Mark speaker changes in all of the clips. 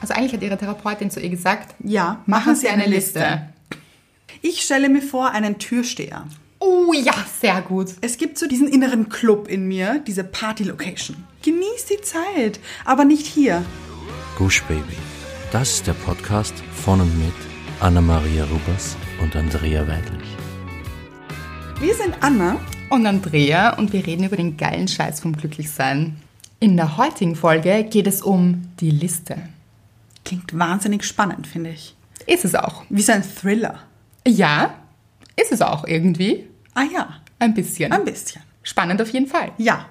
Speaker 1: Also eigentlich hat Ihre Therapeutin zu ihr gesagt,
Speaker 2: Ja,
Speaker 1: machen Sie eine Liste.
Speaker 2: Ich stelle mir vor, einen Türsteher.
Speaker 1: Oh ja, sehr gut.
Speaker 2: Es gibt so diesen inneren Club in mir, diese Party-Location. Genieß die Zeit, aber nicht hier.
Speaker 3: Gush Baby. Das ist der Podcast von und mit Anna-Maria Rubers und Andrea Weidlich.
Speaker 2: Wir sind Anna.
Speaker 1: Und Andrea und wir reden über den geilen Scheiß vom Glücklichsein. In der heutigen Folge geht es um die Liste.
Speaker 2: Klingt wahnsinnig spannend, finde ich.
Speaker 1: Ist es auch.
Speaker 2: Wie so ein Thriller.
Speaker 1: Ja, ist es auch irgendwie.
Speaker 2: Ah ja,
Speaker 1: Ein bisschen.
Speaker 2: ein bisschen.
Speaker 1: Spannend auf jeden Fall.
Speaker 2: Ja,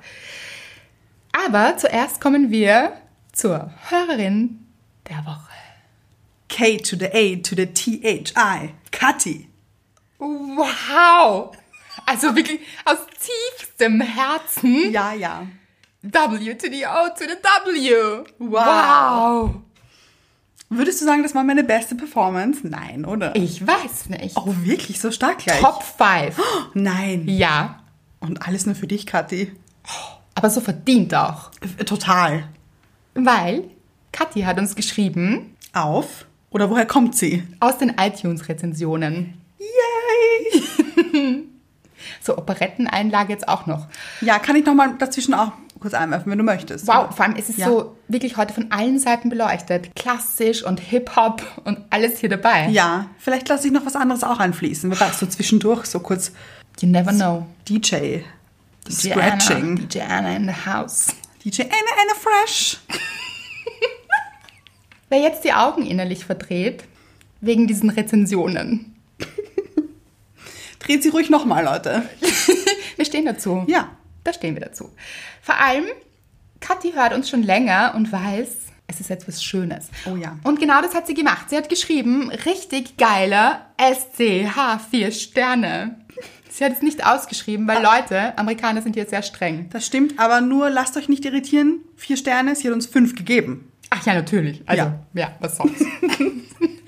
Speaker 1: Aber zuerst kommen wir zur Hörerin der Woche.
Speaker 2: K to the A to the T-H-I. Kathi.
Speaker 1: Wow! Also wirklich aus tiefstem Herzen.
Speaker 2: Ja, ja.
Speaker 1: W to the O to the W.
Speaker 2: Wow.
Speaker 1: wow.
Speaker 2: Würdest du sagen, das war meine beste Performance? Nein, oder?
Speaker 1: Ich weiß nicht.
Speaker 2: Oh, wirklich? So stark gleich?
Speaker 1: Top 5.
Speaker 2: Nein.
Speaker 1: Ja.
Speaker 2: Und alles nur für dich, Kathi.
Speaker 1: Aber so verdient auch.
Speaker 2: Total.
Speaker 1: Weil Kathi hat uns geschrieben
Speaker 2: Auf? Oder woher kommt sie?
Speaker 1: aus den iTunes-Rezensionen.
Speaker 2: Yay!
Speaker 1: So Operetteneinlage jetzt auch noch.
Speaker 2: Ja, kann ich nochmal dazwischen auch kurz einwerfen, wenn du möchtest.
Speaker 1: Wow, vor allem ist es
Speaker 2: Ja.
Speaker 1: so wirklich heute von allen Seiten beleuchtet. Klassisch und Hip-Hop und alles hier dabei.
Speaker 2: Ja, vielleicht lasse ich noch was anderes auch einfließen. Wer weiß, so zwischendurch so kurz
Speaker 1: You never know.
Speaker 2: DJ. Scratching.
Speaker 1: Diana in the house.
Speaker 2: DJ Anna, Anna Fresh.
Speaker 1: Wer jetzt die Augen innerlich verdreht, wegen diesen Rezensionen.
Speaker 2: Dreht sie ruhig nochmal, Leute.
Speaker 1: Wir stehen dazu.
Speaker 2: Ja.
Speaker 1: Da stehen wir dazu. Vor allem, Kathi hört uns schon länger und weiß, es ist etwas Schönes.
Speaker 2: Oh ja.
Speaker 1: Und genau das hat sie gemacht. Sie hat geschrieben, richtig geiler SCH 4 Sterne. Sie hat es nicht ausgeschrieben, weil Leute, Amerikaner sind hier sehr streng.
Speaker 2: Das stimmt, aber nur lasst euch nicht irritieren. Vier Sterne, sie hat uns fünf gegeben.
Speaker 1: Ach ja, natürlich. Also, ja,
Speaker 2: Ja.
Speaker 1: was sonst.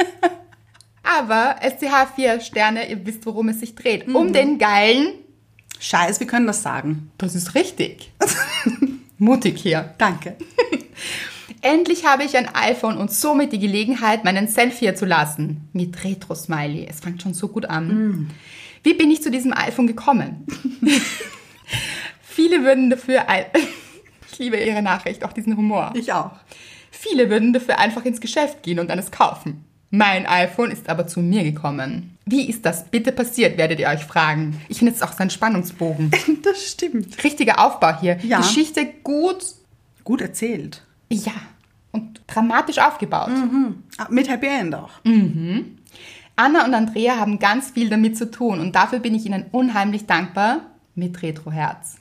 Speaker 1: Aber SCH 4 Sterne, ihr wisst, worum es sich dreht.
Speaker 2: Mhm.
Speaker 1: Um den geilen,
Speaker 2: Scheiß, wir können das sagen.
Speaker 1: das ist richtig. Mutig hier.
Speaker 2: Danke.
Speaker 1: Endlich habe ich ein iPhone und somit die Gelegenheit, meinen Selfie zu lassen. Mit Retro-Smiley. Es fängt schon so gut an. Wie bin ich zu diesem iPhone gekommen? Viele würden dafür... Ein ich liebe Ihre Nachricht, auch diesen Humor.
Speaker 2: Ich auch.
Speaker 1: Viele würden dafür einfach ins Geschäft gehen und eines kaufen. Mein iPhone ist aber zu mir gekommen. Wie ist das bitte passiert, werdet ihr euch fragen. Ich finde jetzt auch seinen Spannungsbogen.
Speaker 2: Das stimmt.
Speaker 1: Richtiger Aufbau hier.
Speaker 2: Ja.
Speaker 1: Geschichte gut,
Speaker 2: Gut erzählt.
Speaker 1: ja, und dramatisch aufgebaut.
Speaker 2: Ah, Mit Happy End auch.
Speaker 1: Anna und Andrea haben ganz viel damit zu tun und dafür bin ich ihnen unheimlich dankbar mit Retroherz.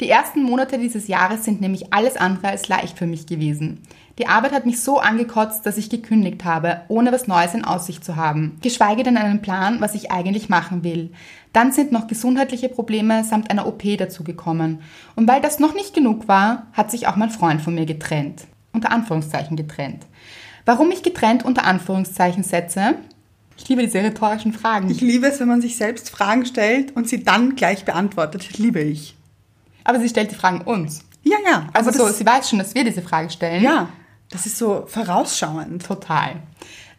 Speaker 1: Die ersten Monate dieses Jahres sind nämlich alles andere als leicht für mich gewesen. Die Arbeit hat mich so angekotzt, dass ich gekündigt habe, ohne was Neues in Aussicht zu haben. Geschweige denn einen Plan, was ich eigentlich machen will. Dann sind noch gesundheitliche Probleme samt einer OP dazugekommen. Und weil das noch nicht genug war, hat sich auch mein Freund von mir getrennt. Unter Anführungszeichen getrennt. Warum ich getrennt unter Anführungszeichen setze? Ich liebe diese rhetorischen Fragen.
Speaker 2: Ich liebe es, wenn man sich selbst Fragen stellt und sie dann gleich beantwortet. Liebe ich.
Speaker 1: Aber sie stellt die Fragen uns.
Speaker 2: Ja, ja.
Speaker 1: Also
Speaker 2: aber
Speaker 1: so,
Speaker 2: das-
Speaker 1: sie weiß schon, dass wir diese Frage stellen.
Speaker 2: Ja, das ist so vorausschauend.
Speaker 1: Total.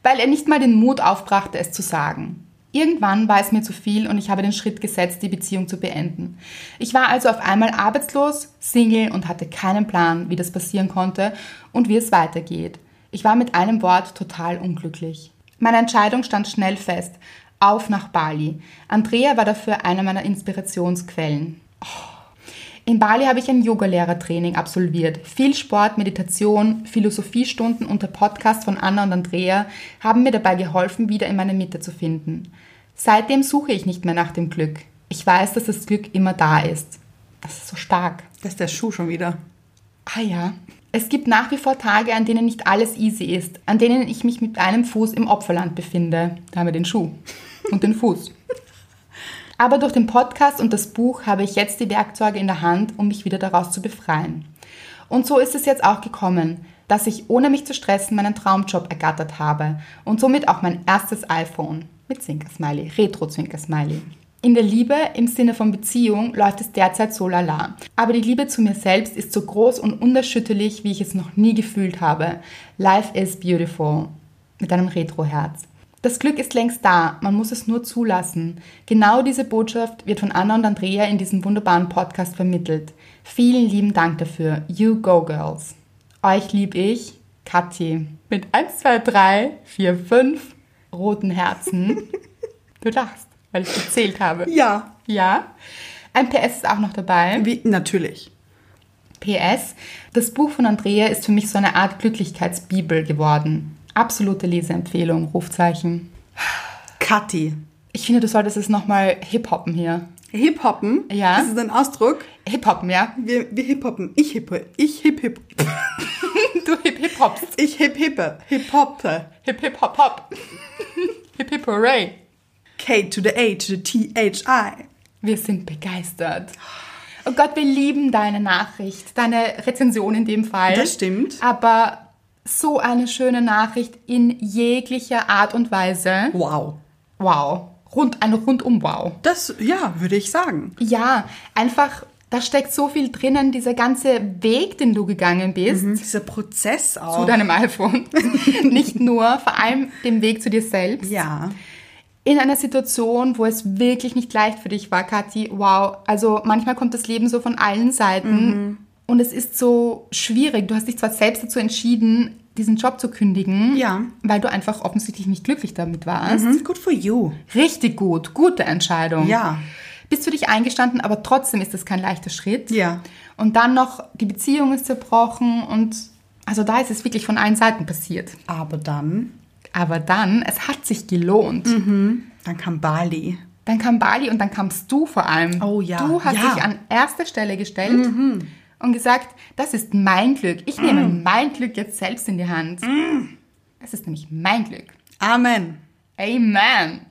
Speaker 1: Weil er nicht mal den Mut aufbrachte, es zu sagen. Irgendwann war es mir zu viel und ich habe den Schritt gesetzt, die Beziehung zu beenden. Ich war also auf einmal arbeitslos, Single und hatte keinen Plan, wie das passieren konnte und wie es weitergeht. Ich war mit einem Wort total unglücklich. Meine Entscheidung stand schnell fest. Auf nach Bali. Andrea war dafür eine meiner Inspirationsquellen. In Bali habe ich ein Yogalehrertraining absolviert. Viel Sport, Meditation, Philosophiestunden und der Podcast von Anna und Andrea haben mir dabei geholfen, wieder in meine Mitte zu finden. Seitdem suche ich nicht mehr nach dem Glück. Ich weiß, dass das Glück immer da ist. Das ist so stark.
Speaker 2: Das ist der Schuh schon wieder.
Speaker 1: Ah ja. Es gibt nach wie vor Tage, an denen nicht alles easy ist, an denen ich mich mit einem Fuß im Opferland befinde. Da haben wir den Schuh und den Fuß. Aber durch den Podcast und das Buch habe ich jetzt die Werkzeuge in der Hand, um mich wieder daraus zu befreien. Und so ist es jetzt auch gekommen, dass ich ohne mich zu stressen meinen Traumjob ergattert habe und somit auch mein erstes iPhone mit Zwinkersmiley, Retro-Zwinkersmiley. In der Liebe im Sinne von Beziehung läuft es derzeit so lala. Aber die Liebe zu mir selbst ist so groß und unerschütterlich, wie ich es noch nie gefühlt habe. Life is beautiful. Mit einem Retro-Herz. Das Glück ist längst da, man muss es nur zulassen. Genau diese Botschaft wird von Anna und Andrea in diesem wunderbaren Podcast vermittelt. Vielen lieben Dank dafür. You go, Girls. Euch lieb ich, Kathi. Mit 1, 2, 3, 4, 5 roten Herzen. Du lachst, weil ich gezählt habe.
Speaker 2: Ja,
Speaker 1: Ja. Ein PS ist auch noch dabei.
Speaker 2: wie, natürlich.
Speaker 1: PS, das Buch von Andrea ist für mich so eine Art Glücklichkeitsbibel geworden. Absolute Leseempfehlung, Rufzeichen.
Speaker 2: Kathi.
Speaker 1: Ich finde, du solltest es nochmal hip-hoppen hier.
Speaker 2: Hip-Hoppen,
Speaker 1: Ja.
Speaker 2: das ist ein Ausdruck.
Speaker 1: Hip-hoppen, ja?
Speaker 2: Wir, wir hip-hoppen. Ich hippe. Ich hip-hip.
Speaker 1: Du hip-hip-hoppst.
Speaker 2: Ich hip-hippe. Hip-hoppe.
Speaker 1: Hip-hip-hop-hop. Hip-hip-hooray.
Speaker 2: K to the A to the T-H-I.
Speaker 1: Wir sind begeistert. Oh Gott, wir lieben deine Nachricht, deine Rezension in dem Fall.
Speaker 2: Das stimmt.
Speaker 1: Aber so eine schöne Nachricht in jeglicher Art und Weise.
Speaker 2: Wow.
Speaker 1: Wow. Rund, ein Rundum-Wow.
Speaker 2: Das, ja, würde ich sagen.
Speaker 1: Ja, einfach, da steckt so viel drinnen, dieser ganze Weg, den du gegangen bist
Speaker 2: Dieser Prozess auch.
Speaker 1: zu deinem iPhone. Nicht nur, vor allem dem Weg zu dir selbst.
Speaker 2: ja.
Speaker 1: In einer Situation, wo es wirklich nicht leicht für dich war, Kathi, wow. Also manchmal kommt das Leben so von allen Seiten
Speaker 2: Mhm.
Speaker 1: und es ist so schwierig. Du hast dich zwar selbst dazu entschieden, diesen Job zu kündigen,
Speaker 2: Ja.
Speaker 1: weil du einfach offensichtlich nicht glücklich damit warst.
Speaker 2: Mhm. Good for you.
Speaker 1: Richtig gut, gute Entscheidung.
Speaker 2: Ja.
Speaker 1: Bist für dich eingestanden, aber trotzdem ist das kein leichter Schritt.
Speaker 2: Ja.
Speaker 1: Und dann noch, die Beziehung ist zerbrochen und also da ist es wirklich von allen Seiten passiert.
Speaker 2: Aber dann,
Speaker 1: Aber dann, es hat sich gelohnt.
Speaker 2: Mhm. dann kam Bali.
Speaker 1: Dann kam Bali und dann kamst du vor allem.
Speaker 2: Oh ja,
Speaker 1: Du hast
Speaker 2: ja. Mhm.
Speaker 1: dich an erste Stelle gestellt und gesagt, das ist mein Glück. Ich nehme mein Glück jetzt selbst in die Hand.
Speaker 2: Mhm.
Speaker 1: Es ist nämlich mein Glück.
Speaker 2: Amen.
Speaker 1: Amen.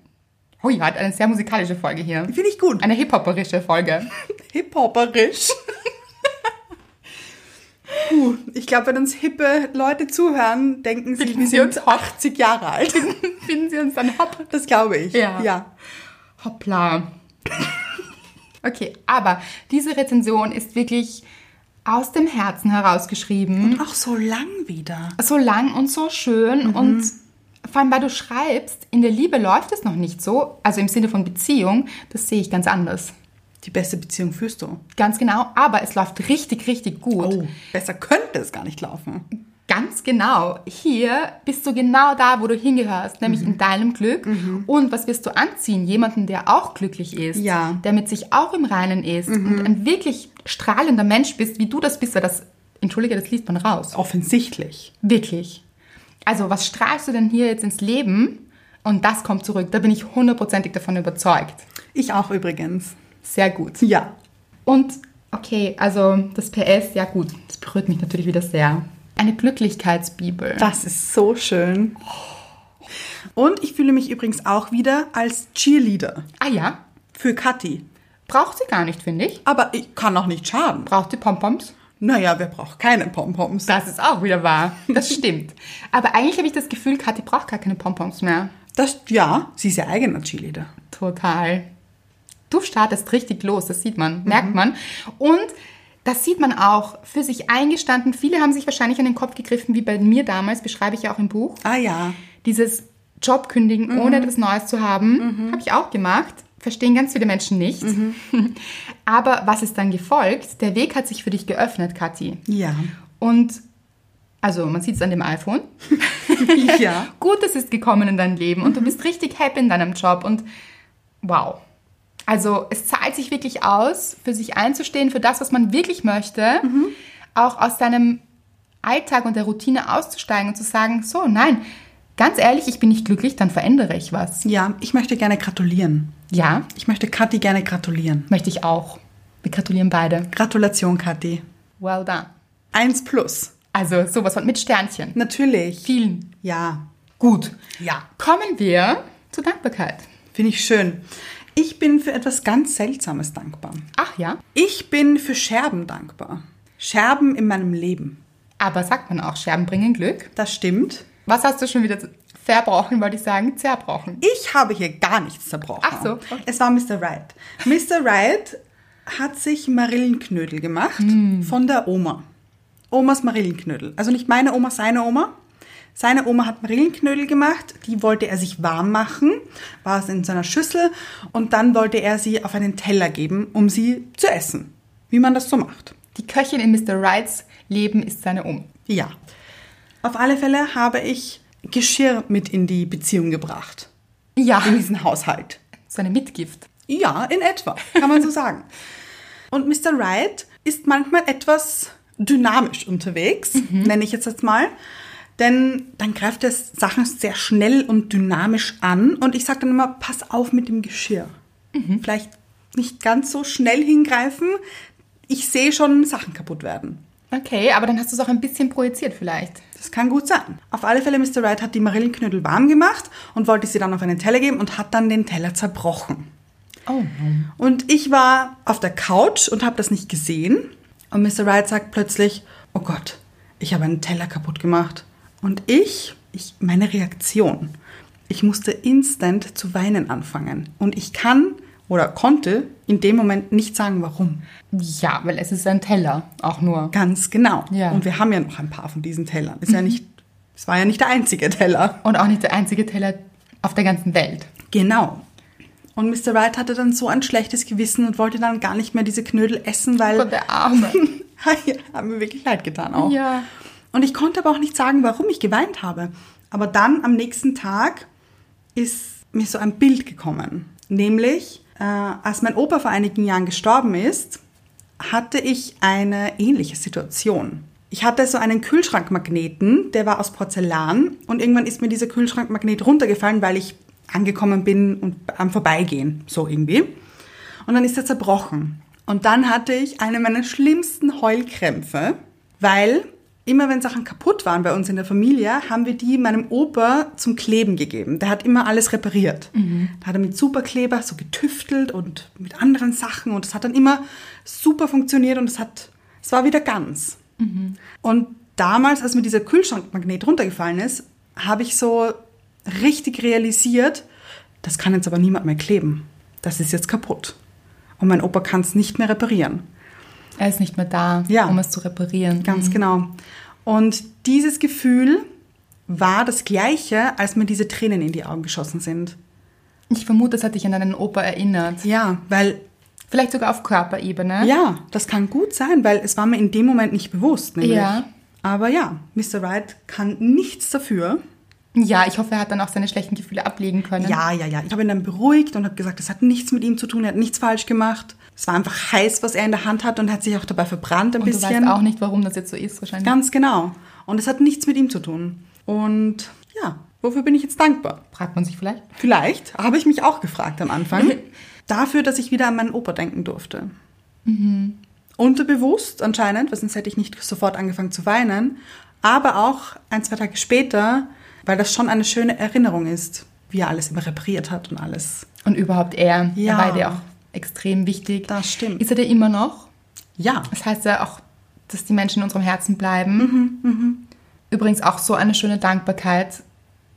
Speaker 1: Oh ja, eine sehr musikalische Folge hier.
Speaker 2: Finde ich gut.
Speaker 1: Eine hip-hopperische Folge.
Speaker 2: Hip-Hopperisch. Puh, ich glaube, wenn uns hippe Leute zuhören, denken sie,
Speaker 1: Finden
Speaker 2: wir
Speaker 1: sie
Speaker 2: sind
Speaker 1: uns hot?
Speaker 2: 80 Jahre alt.
Speaker 1: Finden Sie uns dann hopp.
Speaker 2: Das glaube ich.
Speaker 1: Ja.
Speaker 2: ja.
Speaker 1: Hoppla. Okay, aber diese Rezension ist wirklich aus dem Herzen herausgeschrieben.
Speaker 2: Auch so lang wieder.
Speaker 1: So lang und so schön und vor allem, weil du schreibst, in der Liebe läuft es noch nicht so, also im Sinne von Beziehung, das sehe ich ganz anders.
Speaker 2: Die beste Beziehung führst du.
Speaker 1: Ganz genau, aber es läuft richtig, richtig gut.
Speaker 2: Oh. Besser könnte es gar nicht laufen.
Speaker 1: Ganz genau. Hier bist du genau da, wo du hingehörst, nämlich in deinem Glück. Und was wirst du anziehen? Jemanden, der auch glücklich ist,
Speaker 2: Ja.
Speaker 1: der mit sich auch im Reinen ist und ein wirklich strahlender Mensch bist, wie du das bist, weil das, entschuldige, das liest man raus.
Speaker 2: Offensichtlich.
Speaker 1: Wirklich. Also, was strahlst du denn hier jetzt ins Leben? Und das kommt zurück. Da bin ich hundertprozentig davon überzeugt.
Speaker 2: Ich auch übrigens.
Speaker 1: Sehr gut.
Speaker 2: Ja.
Speaker 1: Und okay, also das PS, ja gut, das berührt mich natürlich wieder sehr. Eine Glücklichkeitsbibel.
Speaker 2: Das ist so schön. Und ich fühle mich übrigens auch wieder als Cheerleader
Speaker 1: Ah ja,
Speaker 2: für Kathi.
Speaker 1: Braucht sie gar nicht, finde ich.
Speaker 2: Aber ich kann auch nicht schaden.
Speaker 1: Braucht die Pompoms?
Speaker 2: Naja, wer braucht keine Pompoms?
Speaker 1: Das ist auch wieder wahr. Das stimmt. Aber eigentlich habe ich das Gefühl, Kathi braucht gar keine Pompoms mehr.
Speaker 2: Das, ja, sie ist ihr eigener Cheerleader.
Speaker 1: Total. Du startest richtig los, das sieht man, merkt man. Und das sieht man auch für sich eingestanden. Viele haben sich wahrscheinlich an den Kopf gegriffen, wie bei mir damals, beschreibe ich ja auch im Buch.
Speaker 2: Ah ja.
Speaker 1: Dieses Job kündigen, ohne etwas Neues zu haben, habe ich auch gemacht. Verstehen ganz viele Menschen nicht. Aber was ist dann gefolgt? Der Weg hat sich für dich geöffnet, Kathi.
Speaker 2: Ja.
Speaker 1: Und also man sieht es an dem iPhone.
Speaker 2: ja.
Speaker 1: Gutes ist gekommen in dein Leben und du bist richtig happy in deinem Job und wow. Also es zahlt sich wirklich aus, für sich einzustehen, für das, was man wirklich möchte, auch aus seinem Alltag und der Routine auszusteigen und zu sagen, so, nein, ganz ehrlich, ich bin nicht glücklich, dann verändere ich was.
Speaker 2: Ja, ich möchte gerne gratulieren.
Speaker 1: Ja,
Speaker 2: Ich möchte Kathi gerne gratulieren.
Speaker 1: möchte ich auch. Wir gratulieren beide.
Speaker 2: Gratulation, Kathi.
Speaker 1: Well done.
Speaker 2: Eins plus.
Speaker 1: Also sowas von mit Sternchen.
Speaker 2: Natürlich.
Speaker 1: Vielen.
Speaker 2: Ja.
Speaker 1: Gut.
Speaker 2: Ja.
Speaker 1: Kommen wir zur Dankbarkeit.
Speaker 2: Finde ich schön. Ich bin für etwas ganz Seltsames dankbar.
Speaker 1: Ach ja,
Speaker 2: Ich bin für Scherben dankbar. Scherben in meinem Leben.
Speaker 1: aber sagt man auch, Scherben bringen Glück.
Speaker 2: Das stimmt.
Speaker 1: Was hast du schon wieder zu- Verbrochen wollte ich sagen, zerbrochen.
Speaker 2: Ich habe hier gar nichts zerbrochen.
Speaker 1: Ach so, okay.
Speaker 2: Es war Mr. Right. Mr. Right hat sich Marillenknödel gemacht
Speaker 1: Hm.
Speaker 2: von der Oma. Omas Marillenknödel. Also nicht meine Oma, seine Oma. Seine Oma hat Marillenknödel gemacht, die wollte er sich warm machen, war es in so einer Schüssel und dann wollte er sie auf einen Teller geben, um sie zu essen. Wie man das so macht.
Speaker 1: Die Köchin in Mr. Rights Leben ist seine Um. Oma.
Speaker 2: Ja. Auf alle Fälle habe ich Geschirr mit in die Beziehung gebracht.
Speaker 1: Ja,
Speaker 2: In diesen Haushalt.
Speaker 1: seine Mitgift.
Speaker 2: Ja, in etwa, kann man so sagen. Und Mr. Wright ist manchmal etwas dynamisch unterwegs, nenne ich jetzt jetzt mal. Denn dann greift er Sachen sehr schnell und dynamisch an. Und ich sage dann immer, pass auf mit dem Geschirr. Vielleicht nicht ganz so schnell hingreifen. Ich sehe schon Sachen kaputt werden.
Speaker 1: Okay, aber dann hast du es auch ein bisschen projiziert vielleicht.
Speaker 2: Das kann gut sein. Auf alle Fälle, Mr. Wright hat die Marillenknödel warm gemacht und wollte sie dann auf einen Teller geben und hat dann den Teller zerbrochen.
Speaker 1: Oh.
Speaker 2: Und ich war auf der Couch und habe das nicht gesehen. Und Mr. Wright sagt plötzlich, oh Gott, ich habe einen Teller kaputt gemacht. Und ich, ich meine Reaktion, ich musste instant zu weinen anfangen. Und ich kann oder konnte in dem Moment nicht sagen, warum.
Speaker 1: Ja, weil es ist ein Teller, auch nur.
Speaker 2: Ganz genau.
Speaker 1: Ja. Mhm.
Speaker 2: Und wir haben ja noch ein paar von diesen Tellern. Ist ja nicht, es war ja nicht der einzige Teller.
Speaker 1: Und auch nicht der einzige Teller auf der ganzen Welt.
Speaker 2: Genau. Und Mr. Wright hatte dann so ein schlechtes Gewissen und wollte dann gar nicht mehr diese Knödel essen, weil
Speaker 1: Oh Gott, der Arme.
Speaker 2: ja, haben mir wirklich leid getan auch.
Speaker 1: Ja.
Speaker 2: Und ich konnte aber auch nicht sagen, warum ich geweint habe. Aber dann am nächsten Tag ist mir so ein Bild gekommen. Nämlich, äh, als mein Opa vor einigen Jahren gestorben ist, hatte ich eine ähnliche Situation. Ich hatte so einen Kühlschrankmagneten, der war aus Porzellan und irgendwann ist mir dieser Kühlschrankmagnet runtergefallen, weil ich angekommen bin und am Vorbeigehen, so irgendwie. Und dann ist er zerbrochen. Und dann hatte ich eine meiner schlimmsten Heulkrämpfe, weil immer wenn Sachen kaputt waren bei uns in der Familie, haben wir die meinem Opa zum Kleben gegeben. Der hat immer alles repariert. Da hat er mit Superkleber so getüftelt und mit anderen Sachen und es hat dann immer super funktioniert und es hat, es war wieder ganz. Und damals, als mir dieser Kühlschrankmagnet runtergefallen ist, habe ich so richtig realisiert, das kann jetzt aber niemand mehr kleben. Das ist jetzt kaputt. Und mein Opa kann es nicht mehr reparieren.
Speaker 1: Er ist nicht mehr da,
Speaker 2: Ja.
Speaker 1: um es zu reparieren.
Speaker 2: Ganz genau. Und dieses Gefühl war das gleiche, als mir diese Tränen in die Augen geschossen sind.
Speaker 1: Ich vermute, das hat dich an deinen Opa erinnert.
Speaker 2: Ja, weil,
Speaker 1: Vielleicht sogar auf Körperebene.
Speaker 2: ja, das kann gut sein, weil es war mir in dem Moment nicht bewusst. Nämlich.
Speaker 1: Ja.
Speaker 2: Aber ja, Mr. Wright kann nichts dafür.
Speaker 1: ja, ich hoffe, er hat dann auch seine schlechten Gefühle ablegen können.
Speaker 2: Ja, ja, ja. Ich habe ihn dann beruhigt und habe gesagt, das hat nichts mit ihm zu tun, er hat nichts falsch gemacht. Es war einfach heiß, was er in der Hand hat und hat sich auch dabei verbrannt ein
Speaker 1: Und du
Speaker 2: bisschen.
Speaker 1: weißt auch nicht, warum das jetzt so ist wahrscheinlich.
Speaker 2: Ganz genau. Und es hat nichts mit ihm zu tun. Und ja, wofür bin ich jetzt dankbar?
Speaker 1: Fragt man sich vielleicht.
Speaker 2: Vielleicht habe ich mich auch gefragt am Anfang. dafür, dass ich wieder an meinen Opa denken durfte.
Speaker 1: Mhm.
Speaker 2: Unterbewusst anscheinend, weil sonst hätte ich nicht sofort angefangen zu weinen. Aber auch ein, zwei Tage später, weil das schon eine schöne Erinnerung ist, wie er alles immer repariert hat und alles.
Speaker 1: Und überhaupt er.
Speaker 2: Ja.
Speaker 1: Er war dir auch extrem wichtig.
Speaker 2: Das stimmt.
Speaker 1: Ist er dir immer noch?
Speaker 2: Ja.
Speaker 1: Das heißt ja auch, dass die Menschen in unserem Herzen bleiben.
Speaker 2: Mhm,
Speaker 1: Übrigens auch so eine schöne Dankbarkeit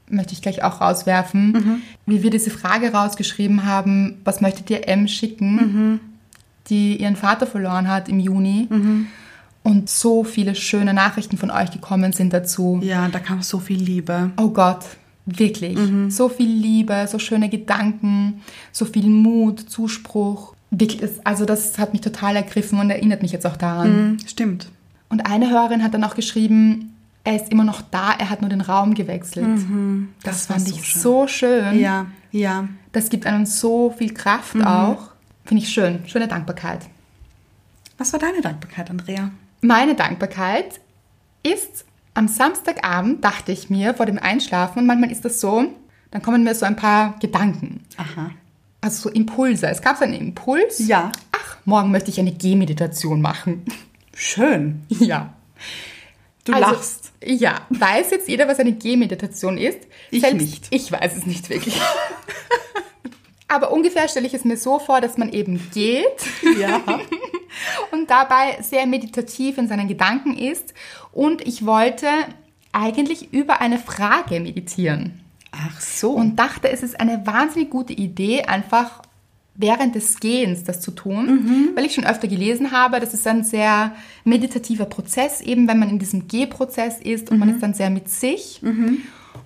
Speaker 1: möchte ich gleich auch rauswerfen.
Speaker 2: Mhm.
Speaker 1: Wie wir diese Frage rausgeschrieben haben, was möchtet ihr M schicken,
Speaker 2: Mhm.
Speaker 1: die ihren Vater verloren hat im Juni.
Speaker 2: Mhm.
Speaker 1: Und so viele schöne Nachrichten von euch gekommen sind dazu.
Speaker 2: Ja, da kam so viel Liebe.
Speaker 1: Oh Gott, wirklich.
Speaker 2: Mhm.
Speaker 1: So viel Liebe, so schöne Gedanken, so viel Mut, Zuspruch. Wirklich, das- also das hat mich total ergriffen und erinnert mich jetzt auch daran.
Speaker 2: Mhm, Stimmt.
Speaker 1: Und eine Hörerin hat dann auch geschrieben, er ist immer noch da, er hat nur den Raum gewechselt. Das,
Speaker 2: Mhm. war
Speaker 1: fand
Speaker 2: so
Speaker 1: ich
Speaker 2: schön.
Speaker 1: so schön.
Speaker 2: Ja, Mhm. ja.
Speaker 1: Das gibt einem so viel Kraft auch. Finde ich schön. Schöne Dankbarkeit.
Speaker 2: Was war deine Dankbarkeit, Andrea?
Speaker 1: Meine Dankbarkeit ist, am Samstagabend dachte ich mir vor dem Einschlafen, und manchmal ist das so, dann kommen mir so ein paar Gedanken.
Speaker 2: Aha.
Speaker 1: Also so Impulse. Es gab so einen Impuls.
Speaker 2: Ja.
Speaker 1: Ach, morgen möchte ich eine Gehmeditation machen.
Speaker 2: Schön.
Speaker 1: ja.
Speaker 2: Du
Speaker 1: Also,
Speaker 2: lachst.
Speaker 1: Ja. Weiß jetzt jeder, was eine Gehmeditation ist?
Speaker 2: Ich nicht.
Speaker 1: Ich weiß es nicht wirklich. Aber ungefähr stelle ich es mir so vor, dass man eben geht
Speaker 2: Ja.
Speaker 1: und dabei sehr meditativ in seinen Gedanken ist. Und ich wollte eigentlich über eine Frage meditieren.
Speaker 2: Ach so.
Speaker 1: und dachte, es ist eine wahnsinnig gute Idee, einfach während des Gehens das zu tun, weil ich schon öfter gelesen habe, das ist ein sehr meditativer Prozess, eben wenn man in diesem Gehprozess ist und man ist dann sehr mit sich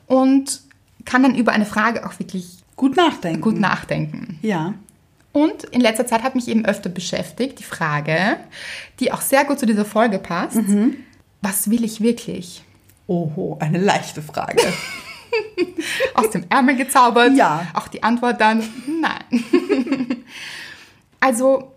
Speaker 1: und kann dann über eine Frage auch wirklich
Speaker 2: gut nachdenken.
Speaker 1: gut nachdenken.
Speaker 2: Ja.
Speaker 1: Und in letzter Zeit hat mich eben öfter beschäftigt die Frage, die auch sehr gut zu dieser Folge passt, was will ich wirklich?
Speaker 2: Oho, eine leichte Frage.
Speaker 1: aus dem Ärmel gezaubert.
Speaker 2: Ja.
Speaker 1: Auch die Antwort dann, nein. also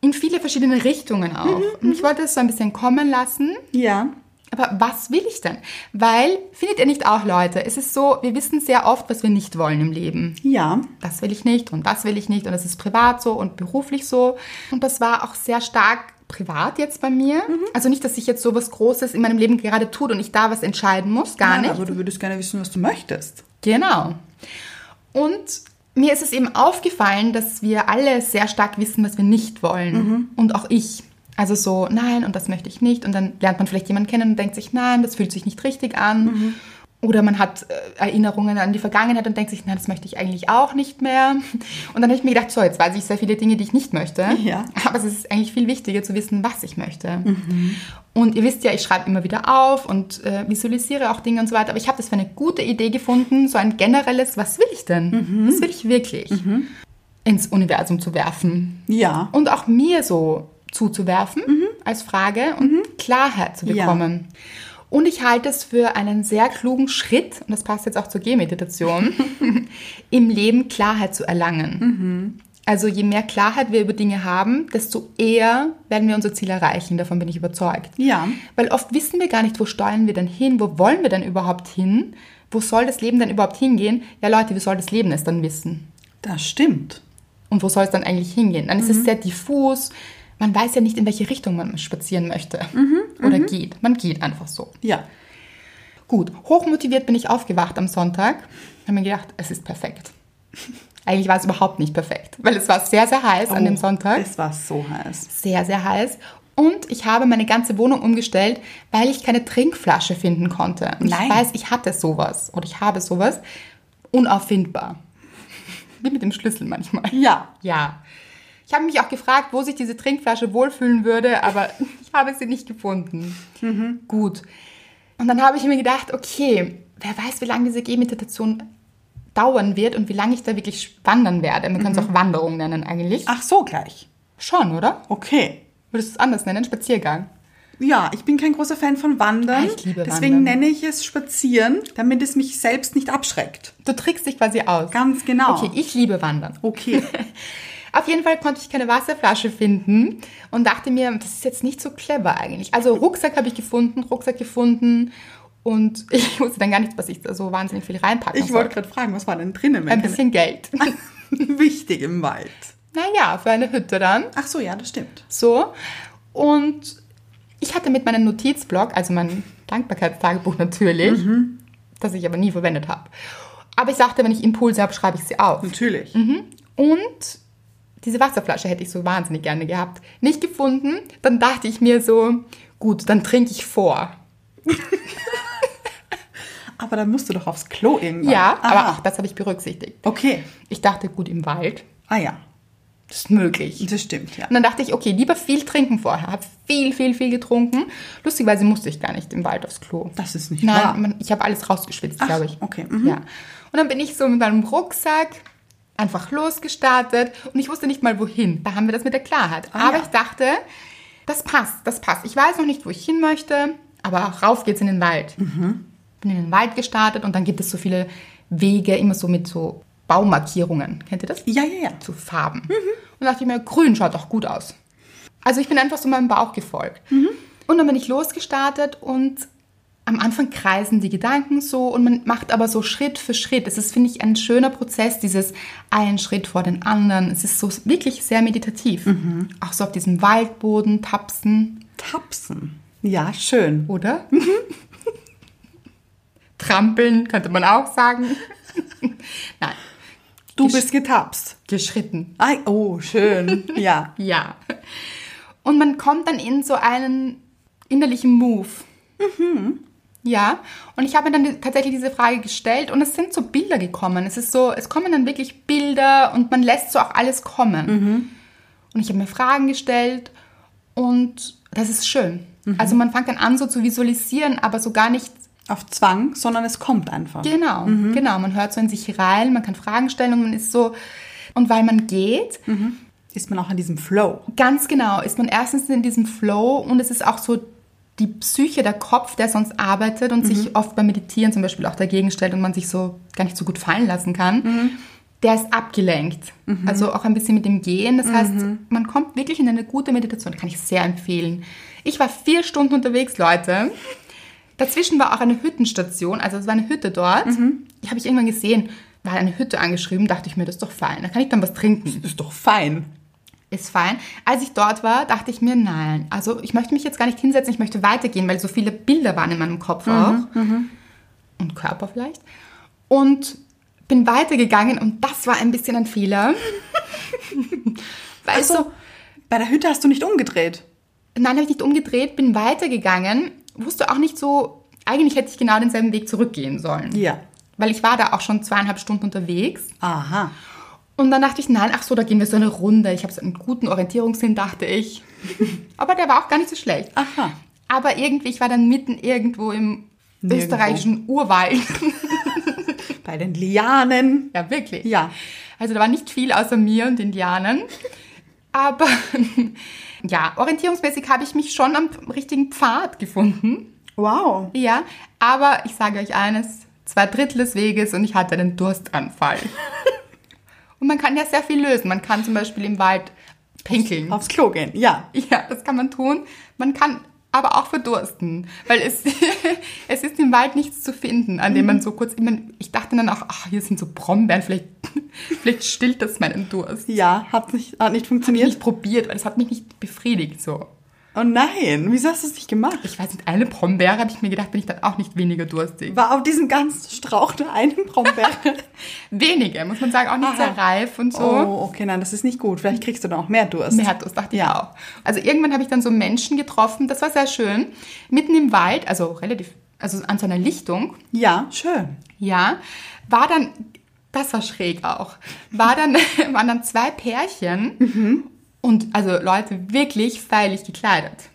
Speaker 1: in viele verschiedene Richtungen auch.
Speaker 2: Mhm,
Speaker 1: Und ich wollte es so ein bisschen kommen lassen.
Speaker 2: ja.
Speaker 1: Aber was will ich denn? Weil, findet ihr nicht auch, Leute, es ist so, wir wissen sehr oft, was wir nicht wollen im Leben.
Speaker 2: Ja.
Speaker 1: Das will ich nicht und das will ich nicht und das ist privat so und beruflich so. Und das war auch sehr stark privat jetzt bei mir.
Speaker 2: Mhm.
Speaker 1: Also nicht, dass sich jetzt so was Großes in meinem Leben gerade tut und ich da was entscheiden muss, gar
Speaker 2: Nein,
Speaker 1: nicht.
Speaker 2: Aber du würdest gerne wissen, was du möchtest.
Speaker 1: Genau. Und mir ist es eben aufgefallen, dass wir alle sehr stark wissen, was wir nicht wollen. Und auch ich. Also so, nein, und das möchte ich nicht. Und dann lernt man vielleicht jemanden kennen und denkt sich, nein, das fühlt sich nicht richtig an. Oder man hat äh, Erinnerungen an die Vergangenheit und denkt sich, nein, das möchte ich eigentlich auch nicht mehr. Und dann habe ich mir gedacht, so, jetzt weiß ich sehr viele Dinge, die ich nicht möchte.
Speaker 2: Ja.
Speaker 1: Aber es ist eigentlich viel wichtiger zu wissen, was ich möchte. Und ihr wisst ja, ich schreibe immer wieder auf und äh, visualisiere auch Dinge und so weiter. Aber ich habe das für eine gute Idee gefunden, so ein generelles, was will ich denn? Was will ich wirklich? Ins Universum zu werfen.
Speaker 2: Ja.
Speaker 1: Und auch mir so zuzuwerfen als Frage und Klarheit zu
Speaker 2: Mhm. Ja.
Speaker 1: bekommen. Und ich halte es für einen sehr klugen Schritt, und das passt jetzt auch zur Gehmeditation, im Leben Klarheit zu erlangen.
Speaker 2: Mhm.
Speaker 1: Also je mehr Klarheit wir über Dinge haben, desto eher werden wir unser Ziel erreichen. Davon bin ich überzeugt.
Speaker 2: Ja.
Speaker 1: Weil oft wissen wir gar nicht, wo steuern wir denn hin, wo wollen wir denn überhaupt hin, wo soll das Leben denn überhaupt hingehen. Ja Leute, wie soll das Leben es dann wissen?
Speaker 2: Das stimmt.
Speaker 1: Und wo soll es dann eigentlich hingehen? Dann ist
Speaker 2: Mhm.
Speaker 1: es sehr diffus. Man weiß ja nicht, in welche Richtung man spazieren möchte
Speaker 2: Mhm,
Speaker 1: oder geht. Man geht einfach so.
Speaker 2: Ja.
Speaker 1: Gut, hochmotiviert bin ich aufgewacht am Sonntag. Habe mir gedacht, es ist perfekt. Eigentlich war es überhaupt nicht perfekt, weil es war sehr, sehr heiß an dem
Speaker 2: Oh,
Speaker 1: Sonntag.
Speaker 2: Es war so heiß.
Speaker 1: sehr, sehr heiß. Und ich habe meine ganze Wohnung umgestellt, weil ich keine Trinkflasche finden konnte. Und
Speaker 2: Nein.
Speaker 1: ich weiß, ich hatte sowas oder ich habe sowas. Unauffindbar. Wie mit dem Schlüssel manchmal.
Speaker 2: Ja.
Speaker 1: Ja. Ich habe mich auch gefragt, wo sich diese Trinkflasche wohlfühlen würde, aber ich habe sie nicht gefunden.
Speaker 2: Mhm.
Speaker 1: Gut. Und dann habe ich mir gedacht, okay, wer weiß, wie lange diese Gehmeditation dauern wird und wie lange ich da wirklich wandern werde. Man kann
Speaker 2: Mhm.
Speaker 1: es auch Wanderung nennen eigentlich.
Speaker 2: Ach so, gleich.
Speaker 1: Schon, oder?
Speaker 2: Okay.
Speaker 1: Würdest du es anders nennen? Spaziergang.
Speaker 2: Ja, ich bin kein großer Fan von Wandern.
Speaker 1: Ah, ich liebe
Speaker 2: Deswegen
Speaker 1: Wandern.
Speaker 2: nenne ich es Spazieren, damit es mich selbst nicht abschreckt.
Speaker 1: Du trickst dich quasi aus.
Speaker 2: Ganz genau.
Speaker 1: Okay, ich liebe Wandern.
Speaker 2: Okay.
Speaker 1: Auf jeden Fall konnte ich keine Wasserflasche finden und dachte mir, das ist jetzt nicht so clever eigentlich. Also Rucksack habe ich gefunden, Rucksack gefunden und ich wusste dann gar nicht, was ich da so wahnsinnig viel reinpacken
Speaker 2: Ich
Speaker 1: soll.
Speaker 2: wollte gerade fragen, was war denn drinnen? wenn
Speaker 1: Ein
Speaker 2: keine-
Speaker 1: bisschen Geld.
Speaker 2: Wichtig im Wald.
Speaker 1: naja, für eine Hütte dann.
Speaker 2: Ach so, ja, das stimmt.
Speaker 1: So. Und ich hatte mit meinem Notizblock, also mein Dankbarkeitstagebuch natürlich,
Speaker 2: Mhm.
Speaker 1: das ich aber nie verwendet habe. Aber ich dachte, wenn ich Impulse habe, schreibe ich sie auf.
Speaker 2: Natürlich.
Speaker 1: Mhm. Und diese Wasserflasche hätte ich so wahnsinnig gerne gehabt. Nicht gefunden. Dann dachte ich mir so, gut, dann trinke ich vor.
Speaker 2: Aber dann musst du doch aufs Klo irgendwann.
Speaker 1: Ja,
Speaker 2: Aha.
Speaker 1: aber auch das habe ich berücksichtigt.
Speaker 2: Okay.
Speaker 1: Ich dachte, gut, im Wald,
Speaker 2: Ah ja,
Speaker 1: das ist möglich.
Speaker 2: das stimmt, ja.
Speaker 1: Und dann dachte ich, okay, lieber viel trinken vorher. Habe viel, viel, viel getrunken. Lustigerweise musste ich gar nicht im Wald aufs Klo.
Speaker 2: Das ist nicht wahr.
Speaker 1: Nein, man, ich habe alles rausgeschwitzt,
Speaker 2: Ach,
Speaker 1: glaube ich.
Speaker 2: okay, mhm.
Speaker 1: Ja. Und dann bin ich so mit meinem Rucksack einfach losgestartet und ich wusste nicht mal wohin. Da haben wir das mit der Klarheit. aber
Speaker 2: Ah, ja.
Speaker 1: ich dachte, das passt, das passt. Ich weiß noch nicht, wo ich hin möchte, aber auch rauf geht's in den Wald.
Speaker 2: Mhm.
Speaker 1: Bin in den Wald gestartet und dann gibt es so viele Wege, immer so mit so Baumarkierungen. Kennt ihr das?
Speaker 2: Ja, ja, ja.
Speaker 1: zu Farben. Und dachte ich mir, grün schaut doch gut aus. Also ich bin einfach so meinem Bauch gefolgt. Und dann bin ich losgestartet und am Anfang kreisen die Gedanken so und man macht aber so Schritt für Schritt. Es ist, finde ich, ein schöner Prozess, dieses einen Schritt vor den anderen. Es ist so wirklich sehr meditativ. Auch so auf diesem Waldboden, Tapsen,
Speaker 2: Tapsen. Ja, schön.
Speaker 1: oder? Trampeln könnte man auch sagen. Nein,
Speaker 2: Du bist getapst.
Speaker 1: geschritten.
Speaker 2: Ei, oh, schön. Ja.
Speaker 1: Ja. Und man kommt dann in so einen innerlichen Move. Ja, und ich habe mir dann tatsächlich diese Frage gestellt und es sind so Bilder gekommen. Es ist so, es kommen dann wirklich Bilder und man lässt so auch alles kommen. Und ich habe mir Fragen gestellt und das ist schön. Also man fängt dann an so zu visualisieren, aber so gar nicht
Speaker 2: Auf Zwang, sondern es kommt einfach.
Speaker 1: Genau, genau. Man hört so in sich rein, man kann Fragen stellen und man ist so. Und weil man geht,
Speaker 2: Ist man auch in diesem Flow.
Speaker 1: ganz genau, ist man erstens in diesem Flow und es ist auch so die Psyche, der Kopf, der sonst arbeitet und sich oft beim Meditieren zum Beispiel auch dagegen stellt und man sich so gar nicht so gut fallen lassen kann. Der ist abgelenkt. Also auch ein bisschen mit dem Gehen. Das heißt, man kommt wirklich in eine gute Meditation. Kann ich sehr empfehlen. Ich war vier Stunden unterwegs, Leute. Dazwischen war auch eine Hüttenstation, also es war eine Hütte dort. Die habe ich irgendwann gesehen, war eine Hütte angeschrieben, dachte ich mir, das ist doch fein, da kann ich dann was trinken.
Speaker 2: Ist doch fein.
Speaker 1: Ist fein. Als ich dort war, dachte ich mir, nein, also ich möchte mich jetzt gar nicht hinsetzen, ich möchte weitergehen, weil so viele Bilder waren in meinem Kopf auch. Und Körper vielleicht. Und bin weitergegangen und das war ein bisschen ein Fehler. weil so,
Speaker 2: Also, bei der Hütte hast du nicht umgedreht.
Speaker 1: Nein, habe ich nicht umgedreht, bin weitergegangen. Wusste auch nicht so, eigentlich hätte ich genau denselben Weg zurückgehen sollen.
Speaker 2: Ja.
Speaker 1: Weil ich war da auch schon zweieinhalb Stunden unterwegs.
Speaker 2: Aha.
Speaker 1: Und dann dachte ich, nein, ach so, da gehen wir so eine Runde. Ich habe so einen guten Orientierungssinn, dachte ich. Aber der war auch gar nicht so schlecht.
Speaker 2: Aha.
Speaker 1: Aber irgendwie, ich war dann mitten irgendwo im
Speaker 2: Nirgendwo.
Speaker 1: österreichischen Urwald.
Speaker 2: Bei den Lianen.
Speaker 1: ja, wirklich.
Speaker 2: Ja.
Speaker 1: Also da war nicht viel außer mir und Indianern. Aber ja, orientierungsmäßig habe ich mich schon am richtigen Pfad gefunden.
Speaker 2: Wow.
Speaker 1: Ja, aber ich sage euch eines, zwei Drittel des Weges und ich hatte einen Durstanfall. und man kann ja sehr viel lösen. Man kann zum Beispiel im Wald pinkeln.
Speaker 2: Aufs Klo gehen. Ja.
Speaker 1: Ja, das kann man tun. Man kann aber auch verdursten, weil es, es ist im Wald nichts zu finden, an dem man so kurz... Ich, meine, ich dachte dann auch, ach, hier sind so Brombeeren, vielleicht, vielleicht stillt das meinen Durst.
Speaker 2: Ja, hat nicht, hat nicht
Speaker 1: Ich
Speaker 2: funktioniert.
Speaker 1: probiert, weil das hat mich nicht befriedigt so.
Speaker 2: Oh nein, wieso hast du es nicht gemacht?
Speaker 1: Ich weiß nicht, eine Brombeere habe ich mir gedacht, bin ich dann auch nicht weniger durstig.
Speaker 2: War auf diesem ganzen Strauch nur eine Brombeere.
Speaker 1: Wenige, muss man sagen, auch nicht
Speaker 2: Aha.
Speaker 1: sehr reif und so.
Speaker 2: Oh, okay, nein, das ist nicht gut. Vielleicht kriegst du dann auch mehr Durst.
Speaker 1: Mehr Durst, dachte ich auch.
Speaker 2: Ja.
Speaker 1: Also irgendwann habe ich dann so Menschen getroffen, das war sehr schön, mitten im Wald, also relativ, also an so einer Lichtung,
Speaker 2: Ja, schön.
Speaker 1: ja, war dann, das war schräg auch, war dann, waren dann zwei Pärchen
Speaker 2: Mhm.
Speaker 1: und also Leute wirklich feierlich gekleidet.